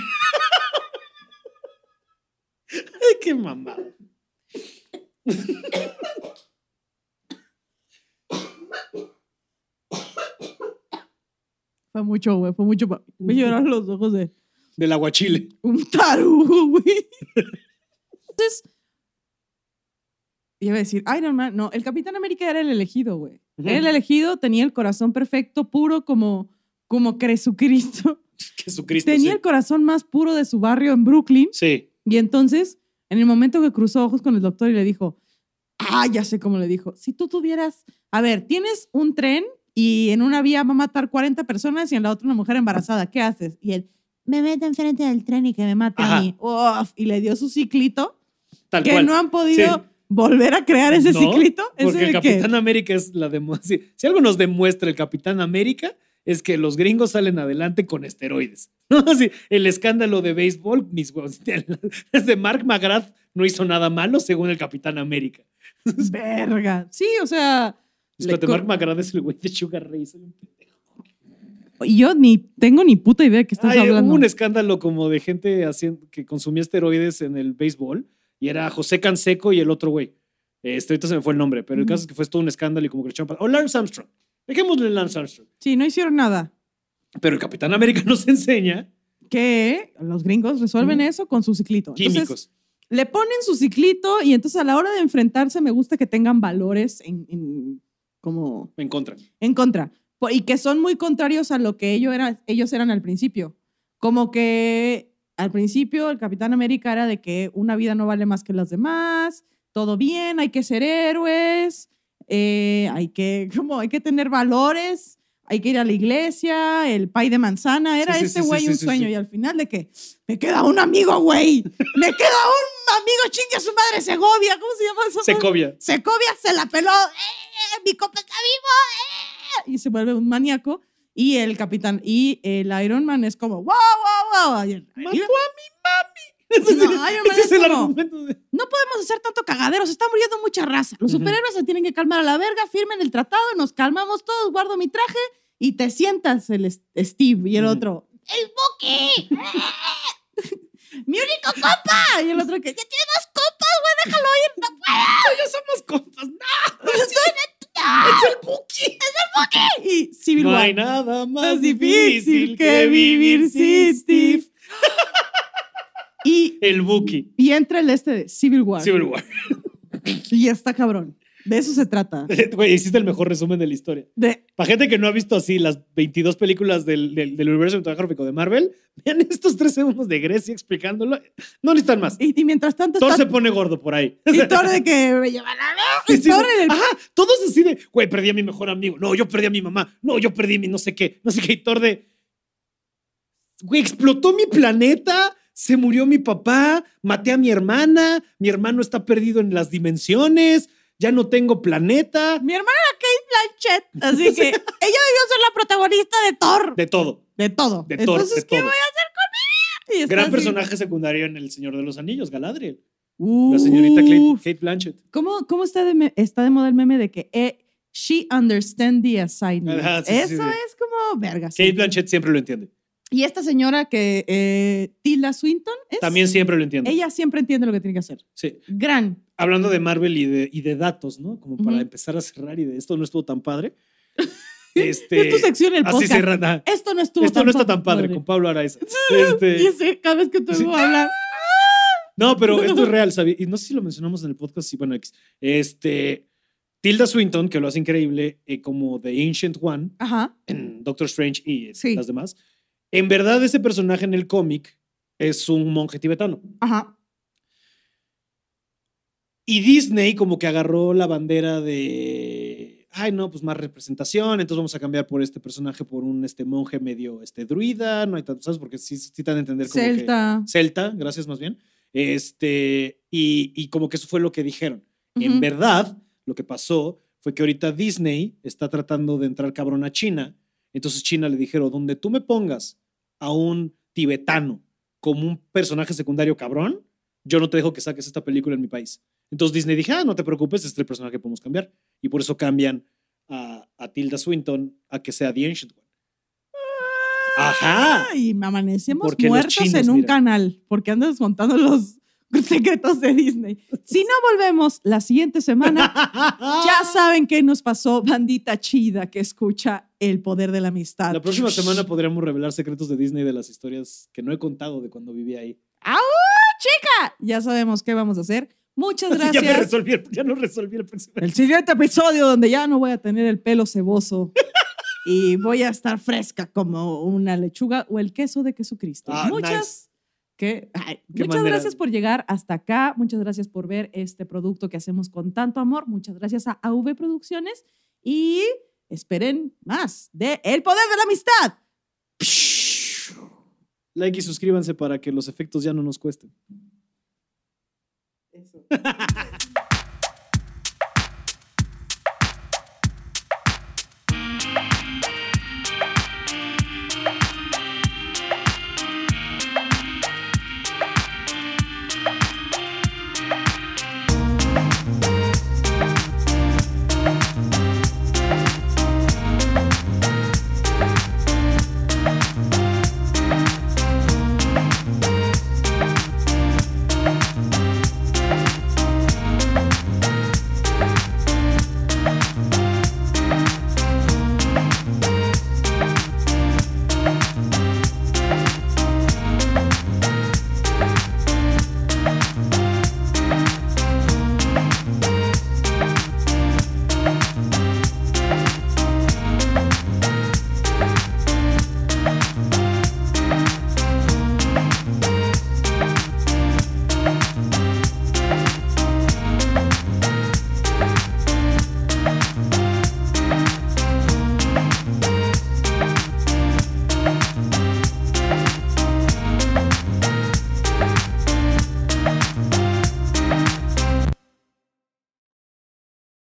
Speaker 2: Ay, qué mamada.
Speaker 1: Fue mucho, güey, fue mucho. pa- Me lloraron los ojos de
Speaker 2: Del aguachile.
Speaker 1: un tarugo, güey. Entonces, iba a decir, Iron Man, no, el Capitán América era el elegido, güey.
Speaker 2: Ujú.
Speaker 1: Era el elegido, tenía el corazón perfecto, puro como, como Jesucristo.
Speaker 2: Jesucristo.
Speaker 1: Tenía
Speaker 2: sí.
Speaker 1: el corazón más puro de su barrio en Brooklyn.
Speaker 2: Sí.
Speaker 1: Y entonces, en el momento que cruzó ojos con el doctor y le dijo, ah, ya sé cómo le dijo, si tú tuvieras, a ver, tienes un tren y en una vía va a matar 40 personas y en la otra una mujer embarazada, ¿qué haces? Y él, me meto enfrente del tren y que me mate
Speaker 2: Ajá.
Speaker 1: a mí. Uf, y le dio su ciclito,
Speaker 2: Tal
Speaker 1: que
Speaker 2: cual.
Speaker 1: no han podido
Speaker 2: Sí.
Speaker 1: volver a crear ese
Speaker 2: No,
Speaker 1: ciclito. Ese
Speaker 2: Porque el
Speaker 1: de que-
Speaker 2: Capitán América es la demuestra. Si, si algo nos demuestra el Capitán América es que los gringos salen adelante con esteroides. ¿No? Así, el escándalo de béisbol, mis huevos. Desde Mark McGrath no hizo nada malo según el Capitán América.
Speaker 1: Verga. Sí, o sea... le
Speaker 2: Espérate,
Speaker 1: co-
Speaker 2: Mark McGrath es el güey de Sugar Ray. soy un pendejo.
Speaker 1: y yo ni tengo ni puta idea de qué estás
Speaker 2: Ay,
Speaker 1: hablando.
Speaker 2: hubo un escándalo como de gente haciendo, que consumía esteroides en el béisbol y era José Canseco y el otro güey. Este, ahorita se me fue el nombre, pero el
Speaker 1: Ujú.
Speaker 2: caso es que fue todo un escándalo y como que le echaron para- O Lance Armstrong. Dejémosle Lance Armstrong.
Speaker 1: Sí, no hicieron nada.
Speaker 2: Pero el Capitán América nos enseña
Speaker 1: que los gringos resuelven
Speaker 2: Ujú.
Speaker 1: eso con su ciclito. Entonces,
Speaker 2: químicos.
Speaker 1: le ponen su ciclito y entonces a la hora de enfrentarse me gusta que tengan valores en, en- como
Speaker 2: en contra.
Speaker 1: en contra Po- y que son muy contrarios a lo que ellos eran, ellos eran al principio. Como que al principio el Capitán América era de que una vida no vale más que las demás, todo bien, hay que ser héroes, eh, hay, que, como, hay que tener valores, hay que ir a la iglesia, el pay de manzana, era
Speaker 2: Sí, sí,
Speaker 1: este
Speaker 2: sí, sí,
Speaker 1: güey
Speaker 2: sí,
Speaker 1: un
Speaker 2: sí, sí.
Speaker 1: sueño y al final de que me queda un amigo, güey, me queda un amigo, chingue a su madre, Segovia, ¿cómo se llama eso?
Speaker 2: Secovia.
Speaker 1: Segovia se la peló. ¡Eh! ¡Mi copa está vivo! ¡Eh! Y se vuelve un maníaco. Y el capitán y el Iron Man es como, wow, wow, wow. Y el-
Speaker 2: Mató a mi
Speaker 1: y-
Speaker 2: mami. Ese,
Speaker 1: No, Iron Man
Speaker 2: ese
Speaker 1: es
Speaker 2: es el
Speaker 1: como-
Speaker 2: argumento. de-
Speaker 1: no podemos hacer tanto cagadero, se está muriendo mucha raza. Los
Speaker 2: Ujú.
Speaker 1: superhéroes se tienen que calmar a la verga, firmen el tratado, nos calmamos todos, guardo mi traje y te sientas el es- Steve y el
Speaker 2: Ujú.
Speaker 1: otro. ¡El Buki! ¡Mi único copa! Y el otro que, ¡ya tiene más copas, güey! ¡Déjalo ir! ¡No puedo! ¡Ya somos
Speaker 2: compas, no.
Speaker 1: ¡Es el Buki! ¡Es el Buki! Y Civil
Speaker 2: No
Speaker 1: War.
Speaker 2: hay nada más
Speaker 1: Más difícil que vivir sin Steve. Y,
Speaker 2: El Buki.
Speaker 1: y entra el este de Civil War.
Speaker 2: Civil War.
Speaker 1: Y está cabrón. De eso se trata.
Speaker 2: Güey, hiciste el mejor resumen de la historia.
Speaker 1: De,
Speaker 2: Para gente que no ha visto así las 22 películas del, del, del universo cinematográfico de Marvel, vean estos tres segundos de Grecia explicándolo. No necesitan más.
Speaker 1: y, y mientras tanto
Speaker 2: Thor
Speaker 1: está
Speaker 2: se pone gordo por ahí.
Speaker 1: Y Thor de que me lleva la verga.
Speaker 2: Sí, sí,
Speaker 1: Thor
Speaker 2: sí.
Speaker 1: en el-
Speaker 2: Ajá, todos así de, güey, perdí a mi mejor amigo. No, yo perdí a mi mamá. No, yo perdí mi no sé qué. No sé qué. Y Thor de, güey, explotó mi planeta. Se murió mi papá. Maté a mi hermana. Mi hermano está perdido en las dimensiones. Ya no tengo planeta.
Speaker 1: Mi hermana era Kate Blanchett. Así que ella debió ser la protagonista de Thor. De,
Speaker 2: De todo.
Speaker 1: todo.
Speaker 2: De Thor.
Speaker 1: Entonces,
Speaker 2: de
Speaker 1: ¿qué
Speaker 2: todo.
Speaker 1: voy a- y está
Speaker 2: Gran
Speaker 1: así.
Speaker 2: personaje secundario en El Señor de los Anillos, Galadriel.
Speaker 1: Uf.
Speaker 2: La señorita Kate, Kate Blanchett.
Speaker 1: ¿Cómo, cómo está, de me- está de moda el meme de que eh, she understand the assignment?
Speaker 2: Ajá, sí, sí,
Speaker 1: Eso
Speaker 2: sí.
Speaker 1: es como verga. sí.
Speaker 2: Kate Blanchett siempre lo entiende.
Speaker 1: Y esta señora que eh, Tilda Swinton es.
Speaker 2: También siempre lo entiende.
Speaker 1: Ella siempre entiende lo que tiene que hacer.
Speaker 2: Sí.
Speaker 1: Gran.
Speaker 2: hablando de Marvel y de, y de datos, ¿no? Como para
Speaker 1: Ujú.
Speaker 2: empezar a cerrar y de esto no estuvo tan padre. Este,
Speaker 1: es tu sección el
Speaker 2: así
Speaker 1: podcast.
Speaker 2: cerran. ah,
Speaker 1: Esto no estuvo
Speaker 2: Esto
Speaker 1: tan
Speaker 2: no está
Speaker 1: pa-
Speaker 2: tan padre, con Pablo Araiza. Este,
Speaker 1: Y ese, cada vez que te
Speaker 2: Sí.
Speaker 1: oigo hablar.
Speaker 2: no, pero esto es real, ¿sabes? Y no sé si lo mencionamos en el podcast, sí, bueno, X. Este, Tilda Swinton, que lo hace increíble, eh, como The Ancient One
Speaker 1: Ajá.
Speaker 2: en Doctor Strange y eh,
Speaker 1: Sí.
Speaker 2: las demás, En verdad, ese personaje en el cómic es un monje tibetano.
Speaker 1: Ajá.
Speaker 2: Y Disney como que agarró la bandera de, ay no, pues más representación, entonces vamos a cambiar por este personaje por un este monje medio este druida, no hay tanto, ¿sabes? Porque sí, sí te dan a entender como que-
Speaker 1: Celta.
Speaker 2: celta, gracias más bien. Este, y, y como que eso fue lo que dijeron. En
Speaker 1: Ujú.
Speaker 2: verdad, lo que pasó fue que ahorita Disney está tratando de entrar cabrón a China. Entonces China le dijeron, donde tú me pongas a un tibetano como un personaje secundario cabrón, yo no te dejo que saques esta película en mi país. Entonces Disney dije, ah, no te preocupes, este es el personaje que podemos cambiar. Y por eso cambian a, a Tilda Swinton a que sea The Ancient One. Ajá.
Speaker 1: Y amanecemos
Speaker 2: Porque los
Speaker 1: muertos
Speaker 2: chinos,
Speaker 1: en un
Speaker 2: mira.
Speaker 1: canal, porque andas contando los secretos de Disney. Si no volvemos la siguiente semana,
Speaker 2: Ah.
Speaker 1: ya saben qué nos pasó, bandita chida que escucha el poder de la amistad.
Speaker 2: La próxima semana podríamos revelar secretos de Disney de las historias que no he contado de cuando vivía ahí.
Speaker 1: ¡Au, chica! Ya sabemos qué vamos a hacer. Muchas
Speaker 2: Ya me
Speaker 1: gracias.
Speaker 2: resolví, el- ya no resolví el próximo.
Speaker 1: El siguiente episodio donde ya no voy a tener el pelo ceboso y voy a estar fresca como una lechuga o el queso de Jesucristo.
Speaker 2: Ah,
Speaker 1: Muchas
Speaker 2: nice.
Speaker 1: que- ay,
Speaker 2: Qué
Speaker 1: muchas
Speaker 2: manera.
Speaker 1: gracias por llegar hasta acá. Muchas gracias por ver este producto que hacemos con tanto amor. Muchas gracias a AV Producciones y esperen más de El Poder de la Amistad.
Speaker 2: Like y suscríbanse para que los efectos ya no nos cuesten.